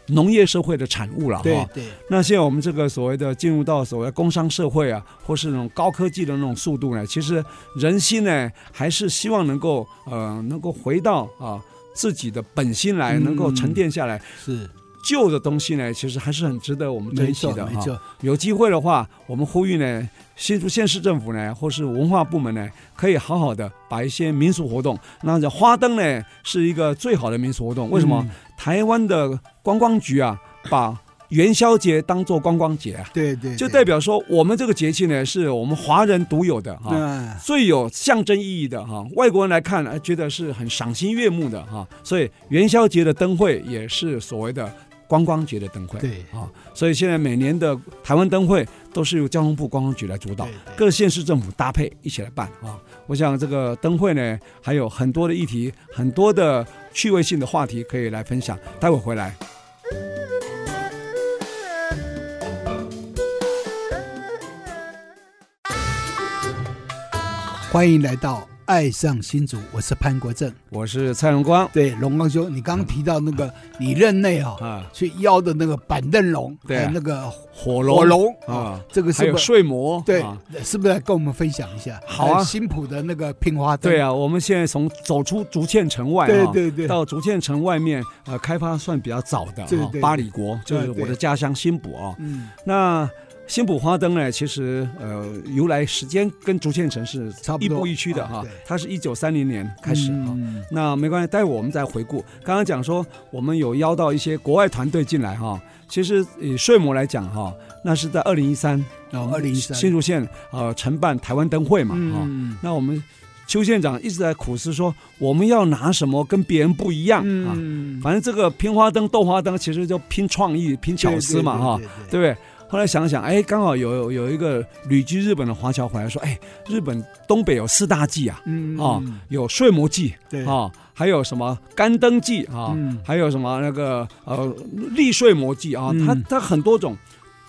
S1: 农业社会的产物了
S2: 对
S1: 哈，
S2: 对，
S1: 那现在我们这个所谓的进入到所谓工商社会啊，或是那种高科技的那种速度呢，其实人心呢还是希望能够呃能够回到啊。自己的本心来，
S2: 嗯
S1: 能够沉淀下来，
S2: 是
S1: 旧的东西呢，其实还是很值得我们
S2: 没
S1: 珍惜
S2: 错
S1: 的
S2: 没
S1: 哈。
S2: 错。
S1: 有机会的话，我们呼吁呢，新竹县市政府呢，或是文化部门呢，可以好好的把一些民俗活动，那这花灯呢是一个最好的民俗活动。为什么？
S2: 嗯？
S1: 台湾的观光局啊，把元宵节当做观光节啊，
S2: 对对，
S1: 就代
S2: 表
S1: 表说我们这个节气呢，是我们华人独有的哈、啊
S2: 嗯，
S1: 最有象征意义的哈、外国人来看呃觉得是很赏心悦目的哈、所以元宵节的灯会也是所谓的观光节的灯会。
S2: 对
S1: 啊，所以现在每年的台湾灯会都是由交通部观光局来主导
S2: 对，对
S1: 各县市政府搭配一起来办啊。我想这个灯会呢，还有很多的议题，很多的趣味性的话题可以来分享。待会儿回来。
S2: 欢迎来到《爱上新竹》，我是潘国正。
S1: 我是蔡荣光
S2: 对，龙刚兄，你刚刚提到那个你任内啊、
S1: 啊，
S2: 去邀的那个板凳龙，
S1: 对啊
S2: 还有那个
S1: 火龙
S2: 火龙啊，
S1: 啊，
S2: 这个
S1: 还
S2: 是
S1: 有
S2: 不是？
S1: 睡魔
S2: 对
S1: 啊，
S2: 是不是来跟我们分享一下？
S1: 好啊
S2: 还有新浦的那个拼花灯，
S1: 对啊，我们现在从走出竹堑城外
S2: 对
S1: 啊，
S2: 对对，
S1: 到竹堑城外面，呃，开发算比较早的
S2: 对
S1: 啊
S2: 对，
S1: 八里国就是
S2: 对对
S1: 我的家乡新浦啊。
S2: 嗯，
S1: 那新浦花灯呢，其实呃由来时间跟竹堑城是
S2: 差不
S1: 一
S2: 多
S1: 步一趋的
S2: 啊
S1: 哈、
S2: 对
S1: 它是一九三零年开始哈、
S3: 嗯
S1: 那没关系，待会我们再回顾。刚刚讲说我们有邀到一些国外团队进来哈、其实以睡魔来讲哈、那是在二零一三
S2: 哦，二零一
S1: 嗯
S2: 三，
S1: 新竹县呃承办台湾灯会嘛哦哈、
S3: 嗯
S1: 那我们邱县长一直在苦思说我们要拿什么跟别人不一样、啊。
S3: 嗯
S1: 反正这个拼花灯、斗花灯，其实就拼创意、拼巧思嘛，哈，
S2: 对对对对
S1: 对不对？后来想想，哎，刚好有有有一个旅居日本的华侨回来说，哎，日本东北有四大祭啊，
S3: 嗯
S1: 啊，有睡魔祭
S2: 对
S1: 啊，还有什么干灯祭啊，
S3: 嗯
S1: 还有什么那个呃立睡魔祭啊，
S3: 嗯
S1: 它它很多种，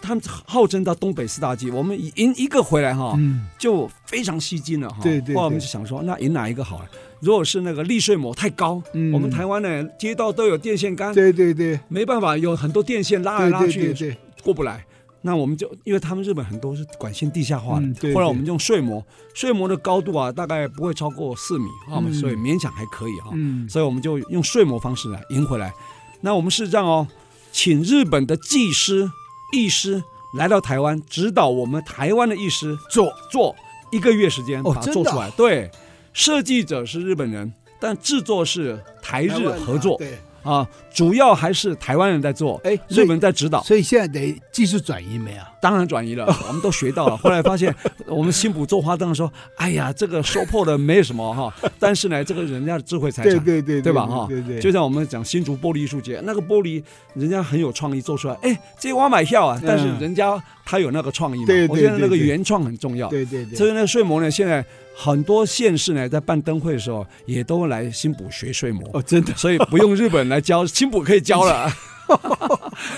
S1: 他们号称到东北四大祭，我们赢一个回来哈、
S3: 嗯
S1: 就非常吸睛了哈。
S2: 对对
S1: 后来我们
S2: 对
S1: 就想说，那赢哪一个好呢？如果是那个利税模太高，
S3: 嗯
S1: 我们台湾呢街道都有电线杆，
S2: 对对对
S1: 没办法，有很多电线拉来
S2: 对
S1: 拉
S2: 对
S1: 去
S2: 对对，
S1: 过不来。那我们就因为他们日本很多是管线地下化的，
S3: 嗯对
S1: 后来我
S3: 对
S1: 们用睡魔，睡魔的高度啊大概不会超过四米啊，
S3: 嗯
S1: 所以勉强还可以啊，
S3: 嗯
S1: 所以我们就用睡魔方式来赢回来。那我们是这样哦，请日本的技师、艺师来到台湾指导我们台湾的艺师
S2: 做
S1: 做一个月时间
S2: 哦
S1: 把它
S2: 真
S1: 做
S2: 的啊
S1: 出来。对，设计者是日本人，但制作是台
S2: 台
S1: 日
S2: 湾
S1: 合作
S2: 对，
S1: 啊，主要还是台湾人在做，
S2: 哎，
S1: 日
S2: 所以
S1: 本人在指导。啊
S2: 所以现在得技术转移没有？哦
S1: 当然转移了，我们都学到了。后来发现我们新捕捉花灯说，哎呀，这个说破了没什么哈，但是呢，这个人家的智慧财产，
S3: 对对对
S1: 对吧哈
S3: 对对，
S1: 就像我们讲新竹玻璃艺术节，那个玻璃人家很有创意做出来，哎，这我买票啊，但是人家他有那个创意嘛
S3: 嗯对，
S1: 我
S3: 对
S1: 觉得那个
S3: 对对
S1: 原创很重要。
S3: 对对对，
S1: 所以呢，睡魔呢，现在很多县市呢在办灯会的时候，也都来新埔学睡魔。
S3: 哦，真的，
S1: 所以不用日本来教，新浦可以 教了。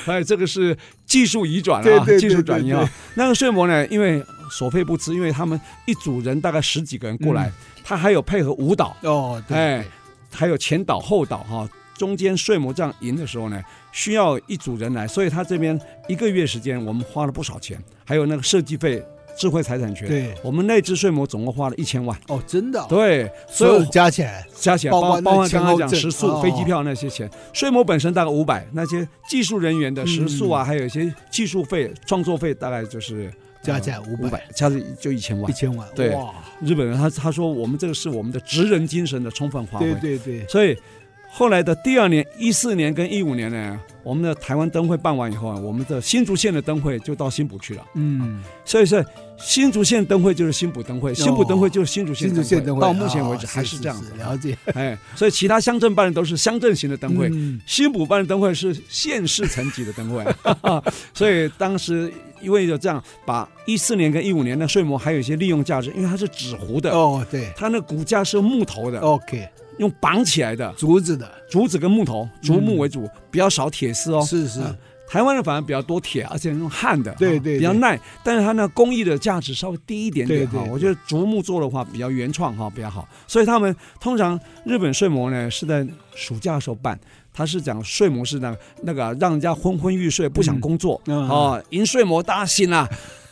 S1: 哎，这个是技术移转啊，
S3: 对对对
S1: 技术转移
S3: 对
S1: 啊
S3: 对。
S1: 那个睡魔呢，因为所费不赀，因为他们一组人大概十几个人过来，
S3: 嗯
S1: 他还有配合舞蹈，
S2: 哦，对，
S1: 哎，还有前导后导哈、中间睡魔这样赢的时候呢，需要一组人来，所以他这边一个月时间，我们花了不少钱，还有那个设计费、智慧财产权。
S2: 对
S1: 我们那只睡魔总共花了一千万。
S2: 哦，真的哦，
S1: 对，所
S2: 所
S1: 嗯以
S2: 有
S1: 我
S2: 加起来，
S1: 加起来
S2: 包
S1: 包括
S2: 括那
S1: 包括
S2: 前
S1: 刚
S2: 后
S1: 刚讲
S2: 证
S1: 食
S2: 哦
S1: 宿、飞机票那些钱，税模本身大概五百，那些技术人
S2: 嗯
S1: 员的食宿啊，还有一些技术费、创作费，大概就是呃
S2: 加起来
S1: 五
S2: 五
S1: 百
S2: 百，
S1: 加起来就一千
S2: 一
S1: 万。
S2: 千万，
S1: 对
S2: 哇，
S1: 日本人他他说我们这个是我们的职人精神的充分发挥
S3: 对，对对，
S1: 所以后来的第二年一四年跟一五年呢，我们的台湾灯会办完以后啊，我们的新竹县的灯会就到新浦去了，
S3: 嗯，
S1: 所以是新竹县灯会就是新浦灯会，新浦灯会就是新竹县
S3: 哦新
S1: 灯
S3: 竹
S1: 会，
S3: 县灯会
S1: 到目前为止
S3: 哦
S1: 还是这样
S3: 是
S1: 子。
S3: 了解，
S1: 哎，所以其他乡镇办的都是乡镇型的灯会，
S3: 嗯
S1: 新浦办的灯会是县市层级的灯会， 所以当时因为有这样，把一四年跟一五年的睡魔还有一些利用价值，因为它是纸糊的，嗯
S2: 哦，对
S1: 它那骨架是木头
S3: 哦
S1: 的，
S2: ，OK，
S1: 用绑起来的，
S2: 竹子的，
S1: 竹子跟木头，
S3: 嗯
S1: 竹木为主，比较少铁丝哦。
S2: 是是，
S1: 啊台湾的反而比较多铁，而且用焊的，
S3: 对
S1: 啊
S3: 对
S1: 比较
S3: 对
S1: 耐，但是它那工艺的价值稍微低一点点
S3: 对
S1: 哈
S3: 对。
S1: 我觉得竹木做的话比较原创哈，比较好。所以他们通常日本睡魔呢是在暑假的时候办，他是讲睡魔是那个那个让人家昏昏欲睡，不想工作
S3: 嗯
S1: 啊，迎睡魔大家醒了，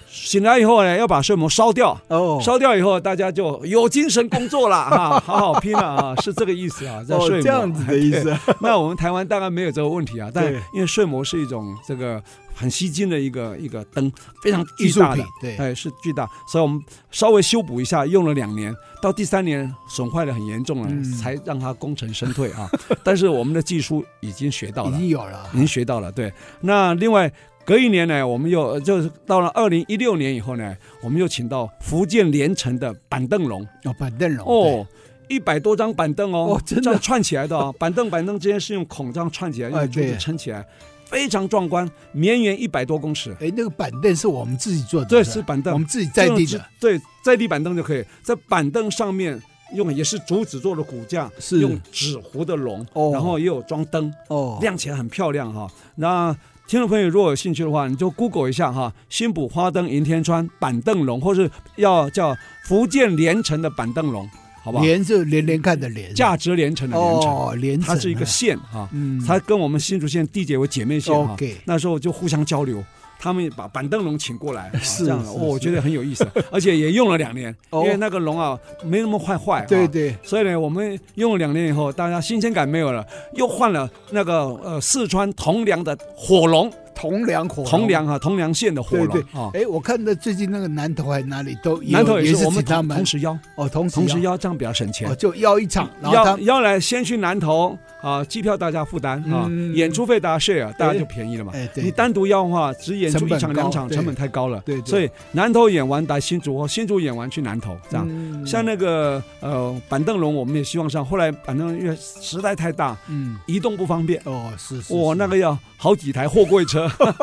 S1: 醒来以后呢要把睡魔烧掉。
S2: 哦，
S1: 烧掉以后，大家就有精神工作了哈、好好拼了啊，是这个意思啊，在
S3: 哦，
S1: 睡魔、
S3: 这样子的意 思啊，
S1: 那我们台湾大概没有这个问题啊，但
S3: 对
S1: 因为睡魔是一种这个很吸睛的一个一个灯，非常巨大的，，
S2: 对，
S1: 哎，是巨大，所以我们稍微修补一下，用了两年，到第三年损坏的很严重了，
S3: 嗯
S1: 才让它功成身退 啊。但是我们的技术已经学到
S2: 已
S3: 嗯
S1: 了，
S2: 经有了
S1: 已，经学到了。对，那另外。隔一年呢，我们又呃就是到了二零一六年以后呢，我们又请到福建连城的板凳龙
S2: 哦，板凳龙，
S1: 哦，一百多张板凳哦，
S2: 哦真的
S1: 这样串起来的 啊，板凳板凳之间是用孔这样串起来，
S2: 哎
S1: 用竹
S2: 对
S1: 子撑起来，非常壮观，绵延一百多公尺。
S2: 对，哎，那个板凳是我们自己做的，
S1: 这
S2: 吧
S1: 是板
S2: 我
S1: 凳，
S2: 们自己在地
S1: 这种，
S2: 的
S1: 是对，在地板凳就可以，在板凳上面用也是竹子做的骨架，
S2: 是
S1: 用纸糊的笼，
S2: 哦
S1: 然后也有装灯，
S2: 哦，
S1: 亮起来很漂亮哈、那听众朋友如果有兴趣的话，你就 Google 一下哈，新浦花灯银天川板凳笼，或是要叫福建连城的板凳笼，好不好？
S2: 连是连连看的连，
S1: 价值连城的连城，
S2: 哦，连
S1: 它是一
S2: 城
S1: 个
S2: 啊
S1: 县哈，
S3: 嗯，
S1: 它跟我们新竹县地界为姐妹县哈。
S2: ，OK，
S1: 那时候就互相交流，他们把板凳龙请过来，啊
S3: 是
S1: 这样的，
S3: 是
S1: 哦
S3: 是
S1: 我觉得很有意思，而且也用了两年，
S2: 哦
S1: 因为那个龙啊没那么坏坏，
S3: 对
S1: 啊。
S3: 对，
S1: 所以呢，我们用了两年以后，大家新鲜感没有了，又换了那个呃四川铜梁的火龙，
S2: 铜梁火，
S1: 铜梁啊，铜梁县的火龙
S3: 对
S1: 啊，
S2: 哎，我看到最近那个南投还哪里都有
S1: 南头
S2: 也
S1: 是我
S2: 请
S1: 们
S2: 他
S1: 同
S2: 们
S1: 同时邀，
S2: 哦，同
S1: 同时
S2: 时
S1: 邀这样比较省钱
S2: 哦，。就邀一场，然后他
S1: 要要来先去南投啊，机票大家负担啊，
S3: 嗯
S1: 演出费大家 share，大家就便宜了嘛。
S2: 哎，对，
S1: 你单独要的话，只演出
S2: 成
S1: 一
S2: 本
S1: 场
S2: 高
S1: 两场，
S2: 对
S1: 成本太高了。
S2: 对对
S1: 所以南投演完来新竹，新竹演完去南投，这样。
S2: 嗯
S3: 样
S1: 像那个呃板凳龙，我们也希望上，后来板凳龙因为实在太大，
S2: 嗯，
S1: 移动不方便，
S2: 哦，是是，
S1: 我、
S2: 是
S1: 那个要好几台货柜车，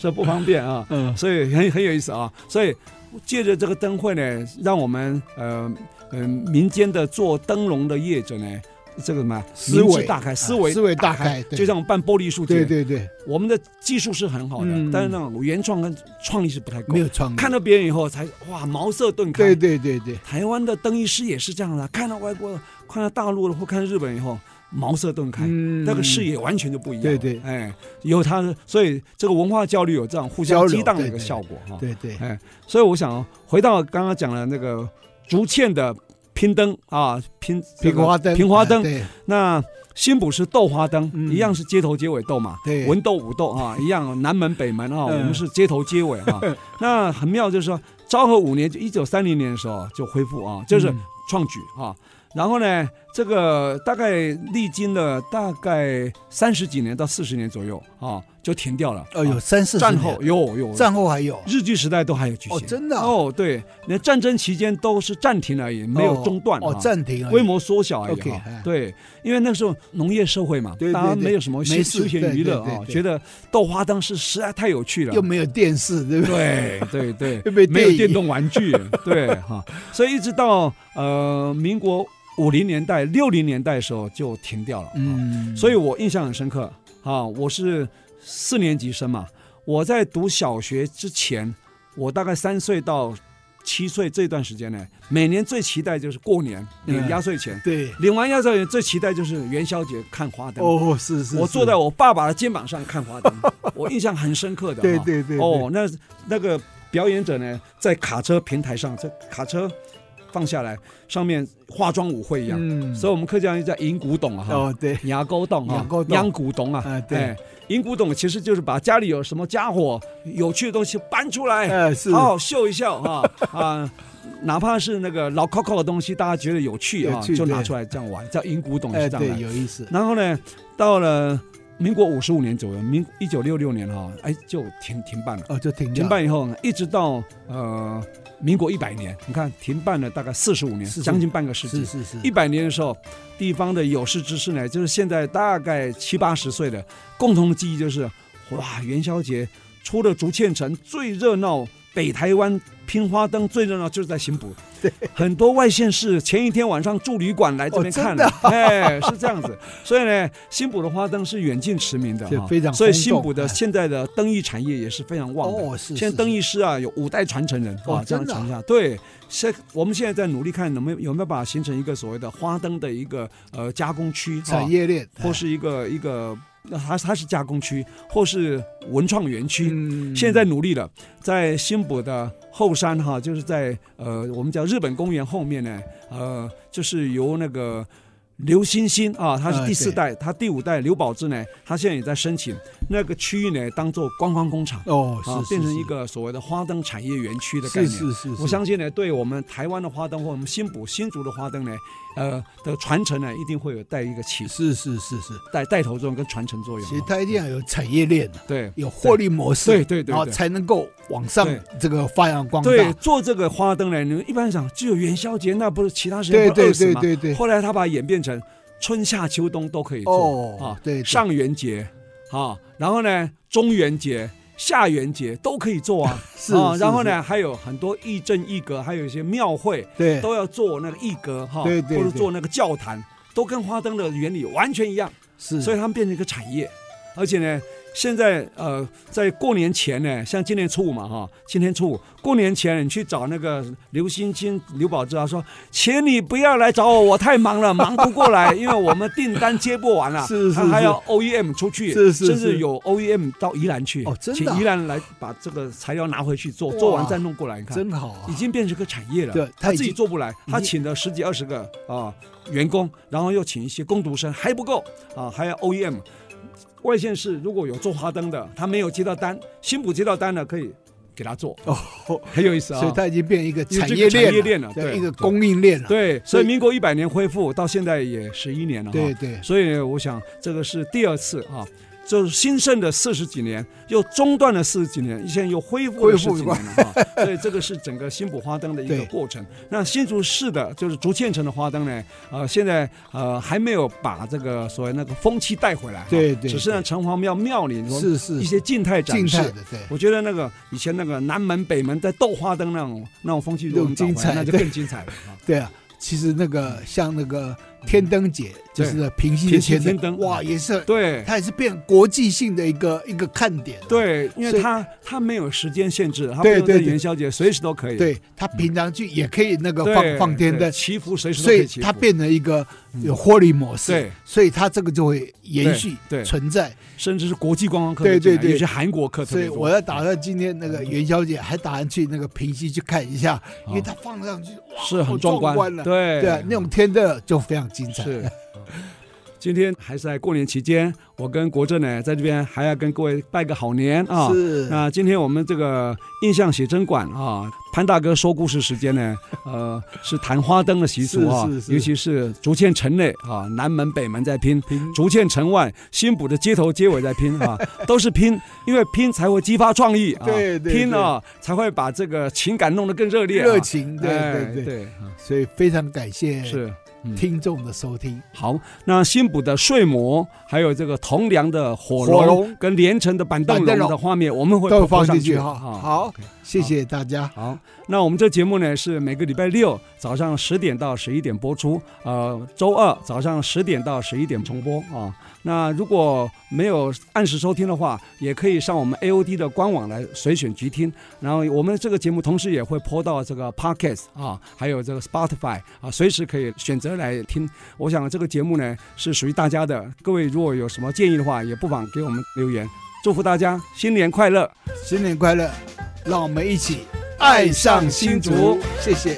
S1: 这不方便啊。
S3: 嗯
S1: 所以很很有意思啊。所以借着这个灯会呢，让我们呃嗯、民间的做灯笼的业者呢，这个什么
S2: 思维啊
S1: 明智大开，思维
S2: 思维
S1: 大
S2: 大开对
S1: 就像我们办玻璃艺术节，
S3: 对对对，
S1: 我们的技术是很好的，
S3: 嗯
S1: 但是那种原创跟创意是不太够
S2: 没。有创意，
S1: 看到别人以后才哇茅塞顿开。
S3: 对对对对，
S1: 台湾的灯艺师也是这样的，看到外国的、看到大陆的或看到日本以后，茅塞顿开。
S3: 嗯
S1: 哎那个视野完全就不一样。
S3: 对对
S1: 哎，有它的，所以这个文化交流有这样互相
S2: 交流
S1: 激荡的
S2: 对
S1: 一个
S2: 对
S1: 效果哈。
S2: 嗯对对，
S1: 哎，所以我想哦回到刚刚讲的那个竹堑的拼灯啊，拼这
S2: 平
S1: 个
S2: 花灯，
S1: 平花灯
S2: 哎对
S1: 那新浦是斗花灯，
S3: 嗯
S1: 一样是街头街尾斗嘛，
S2: 对
S1: 文斗武斗 啊，一样南门北门啊，我
S3: 嗯
S1: 们是街头街尾啊。那
S2: 嗯
S1: 很妙，就是说昭和五年，就一九三零年的时候就恢复啊，就是创举啊。然后呢，这个大概历经了大概三十几年到四十年左右啊，就停掉了。
S2: 哦，有
S1: 啊
S2: 三四十
S1: 战
S2: 年
S1: 后有有
S2: 战后还有
S1: 日据时代都还有举行
S2: 哦，真的啊
S1: 哦，对，连战争期间都是暂停而已，没有中断
S2: 哦，
S1: 啊
S2: 暂停而已
S1: 规模缩小而已
S2: OK，
S1: 哈
S2: 哎
S1: 对，因为那时候农业社会嘛，
S2: 对对
S1: 大家
S2: 对
S1: 没有什么休
S2: 没事
S1: 休闲娱乐
S2: 对对
S1: 啊，
S2: 对对
S1: 觉得豆花当时实在太有趣了
S2: 又。没有电视，对不对？
S1: 对啊对对，
S2: 又没
S1: 没有
S2: 电
S1: 电
S2: 影
S1: 动玩 具，对哈，所以一直到呃民国五零年代、六零年代的时候就停掉了。啊，
S2: 嗯，
S1: 所以我印象很深刻啊，我是四年级生嘛，我在读小学之前，我大概三岁到七岁这段时间呢，每年最期待就是过年领
S2: 嗯
S1: 压岁钱，
S2: 对，
S1: 领完压岁钱最期待就是元宵节看花灯。
S2: 哦，是是，
S1: 我
S2: 是
S1: 坐在我爸爸的肩膀上看花灯， 我印象很深刻的啊。
S2: 对对对，
S1: 哦，那那个表演者呢，在卡车平台上，这卡车放下来，上面化妆舞会一
S2: 对，
S1: 样，
S2: 嗯，
S1: 所以我们客家人叫银古董啊，哈，
S2: 哦对，
S1: 牙膏洞啊
S2: 牙膏，洞
S1: 央古董啊，
S2: 啊对
S1: 哎，银古董其实就是把家里有什么家伙、有趣的东西搬出来，
S2: 呃是，
S1: 哎好好秀一秀 啊啊。哪怕是那个老 Coco 的东西，大家觉得有趣啊
S2: 有，趣
S1: 就拿
S2: 对
S1: 出来这样玩，叫银古董
S2: 哎
S1: 是这样
S2: 对，
S1: 来。
S2: 有意思，
S1: 然后呢，到了民国五十五年左右，民一九六六年哈，哎就停停办了。
S2: 哦就停掉
S1: 停办以后呢，一直到呃民国一百年，你看停办了大概四十五年，
S2: 45
S1: 将近半个世
S2: 是
S1: 纪。
S2: 是是，
S1: 一百年的时候，地方的有识之士呢，就是现在大概七八十岁的，共同的记忆就是，哇，元宵节除了竹堑城最热闹，北台湾拼花灯最热闹就是在新 埔，
S2: 对，
S1: 很多外县市前一天晚上住旅馆来这边
S2: 哦真
S1: 看，
S2: 的
S1: 哎，是这样子。所以呢，新埔的花灯是远近驰名的
S2: 就
S1: 哈，
S2: 非常
S1: 所以
S2: 轰
S1: 新
S2: 动
S1: 埔的
S2: 哎
S1: 现在的灯艺产业也是非常旺的。
S2: 哦是，
S1: 现在
S2: 是
S1: 灯
S2: 是
S1: 艺师啊有五代传承人
S2: 哦
S1: 啊，这样
S2: 真的啊
S1: 传下。对，现我们现在在努力看能不能有没有把它形成一个所谓的花灯的一个呃加工区，啊
S2: 产业链哎
S1: 或是一个一个，那它它是加工区，或是文创园区。
S2: 嗯
S1: 现在努力了，在新浦的后山哈，就是在呃我们叫日本公园后面呢，呃，就是由那个刘欣欣啊，他是
S2: 啊
S1: 第四
S2: 对
S1: 代，他第五代刘宝志呢，他现在也在申请那个区域呢，当做观光工厂。
S2: 哦
S1: 啊
S2: 是，
S1: 变成一个所谓的花灯产业园区的概
S2: 是
S1: 念。
S2: 是是，
S1: 我相信呢，对我们台湾的花灯或我们新埔新竹的花灯呢，呃的传承呢，一定会有带一个起
S2: 是是是是，
S1: 带带头作用跟传承作用
S2: 其实
S1: 啊。
S2: 它一定要有产业链的，
S1: 对
S2: 有获利模式，
S1: 对对对
S2: 然后
S1: 对
S2: 才能够往上
S1: 对
S2: 这个发扬光大，
S1: 对，做这个花灯呢，你们一般想只有元宵节，那不是其他时间
S2: 对
S1: 不是饿
S2: 对
S1: 死
S2: 对
S1: 吗？
S2: 对对，
S1: 后来他把它演变成春夏秋冬都可以做
S2: 哦
S1: 啊，，
S2: 对，对
S1: 上元节啊，然后呢中元节、下元节都可以做啊
S2: 是
S1: 啊，
S2: 是
S1: 然后
S2: 是
S1: 呢还有很多义正义格，还有一些庙会。
S2: 对
S1: 都要做那个义阁哈，
S2: 对对
S1: 或者
S2: 对
S1: 做那个教坛，都跟花灯的原理完全一样，
S2: 是，
S1: 所以它们变成一个产业。而且呢，现在呃，在过年前呢，像今年初五嘛哈，今天初五过年前，你去找那个刘星星、刘宝芝啊，说，请你不要来找我，我太忙了，忙不过 来，因为我们订单接不完了，啊
S2: 是是
S1: 他还
S2: 是
S1: 要 OEM 出去，
S2: 是是
S1: 甚至
S2: 是
S1: 有 OEM 到宜兰去，
S2: 哦真的啊
S1: 请宜兰来把这个材料拿回去做，做完
S2: 哇
S1: 再弄过来，你看，
S2: 真好啊，
S1: 已经变成个产业了。
S2: 对
S1: 他
S2: 他已
S1: 自己
S2: 经
S1: 做不来，
S2: 已
S1: 他
S2: 经
S1: 请了十几二十个啊、员工，然后又请一些工读生，还不够啊，还要 OEM。外县市如果有做花灯的，他没有接到单，新浦接到单了，可以给他做，
S2: 哦，
S1: 很有意思啊、
S2: 所以它已经变一个
S1: 有
S2: 产
S1: 这个
S2: 业链
S1: 产业链了对
S2: 对，一个供应链了，
S1: 对，啊所
S2: 所
S1: 以
S2: 以
S1: 民国一百年恢复到现在也十一年了、哈。
S2: 对对，
S1: 所以我想这个是第二次啊，就是兴盛的四十几年，又中断了四十几年，现在又恢复了
S2: 恢
S1: 十
S2: 复
S1: 几
S2: 过
S1: 年了啊。所以这个是整个新浦花灯的一个
S2: 对
S1: 过程。那新竹市的就是竹堑城的花灯呢，呃，现在呃还没有把这个所谓那个风气带回来啊，
S2: 对对
S1: 只是让城隍庙庙里
S2: 是是
S1: 一些静态展
S2: 静
S1: 示
S2: 态。的，对，
S1: 我觉得那个以前那个南门北门在斗花灯那种那种风气，如果
S2: 那种
S1: 能找回来
S2: 精彩
S1: 那就
S2: 对
S1: 更精彩了啊！
S2: 对啊，其实那个像那个天灯节，
S1: 嗯对
S2: 就是平息
S1: 平
S2: 的
S1: 息
S2: 天
S1: 天灯
S2: 哇，也是
S1: 对，
S2: 它也是变国际性的一个一个看点。
S1: 对，因为
S2: 所以
S1: 它它没有时间限制，它不
S2: 对
S1: 用在
S2: 对对
S1: 元宵节随时都可以。
S2: 对，它平常去也可以那个
S1: 对，
S2: 放放天
S1: 对
S2: 灯，
S1: 祈福随时都
S2: 所
S1: 可以
S2: 以
S1: 祈福。
S2: 它变成一个有获利模式。
S1: 对，
S2: 所以它这个就会延续
S1: 对对
S2: 存在。
S1: 甚至是国际观光客，
S2: 对对对
S1: 有些韩国客特
S2: 所
S1: 别
S2: 以
S1: 多。嗯
S2: 我要打算今天那个元宵节还打算去那个平溪去看一下，因为
S1: 啊
S2: 它放上去啊哇，
S1: 是
S2: 好
S1: 很
S2: 壮
S1: 观，
S2: 了。
S1: 对
S2: 对啊，那种天灯就非常精彩。
S1: 是。今天还是在过年期间，我跟国政呢在这边还要跟各位拜个好年啊。
S2: 是
S1: 那今天我们这个印象写真馆啊，潘大哥说故事时间呢，呃，是谈花灯的习俗啊，
S2: 是是是
S1: 尤其是竹堑城内啊，南门北门在拼，
S2: 平
S1: 竹堑城外新浦的街头街尾在拼 啊，都是拼，因为拼才会激发创意啊，
S2: 对对
S1: 拼啊才会把这个情感弄得更热烈、啊，
S2: 热情，对
S1: 哎
S2: 对哎对，
S1: 对，啊
S2: 所以非常感谢
S1: 是。嗯
S2: 听众的收听，
S1: 好，那新浦的睡魔，还有这个铜梁的火龙
S2: 火龙，
S1: 跟连城的板凳
S2: 板凳
S1: 龙的
S2: 龙
S1: 画面，我们会
S2: 都
S1: 放
S2: 放
S1: 上
S2: 进去
S1: 去
S2: 哈。
S1: 啊
S2: 好，谢谢大家，
S1: 好，那我们这节目呢是每个礼拜六早上十点到十一点播出，呃，周二早上十点到十一点重播啊。那如果没有按时收听的话，也可以上我们 AOD 的官网来随选即听。然后我们这个节目同时也会播到这个 Podcast 啊，还有这个 Spotify 啊，随时可以选择来听。我想这个节目呢是属于大家的，各位如果有什么建议的话，也不妨给我们留言。祝福大家新年快乐！
S2: 新年快乐，让我们一起爱上新竹，谢谢，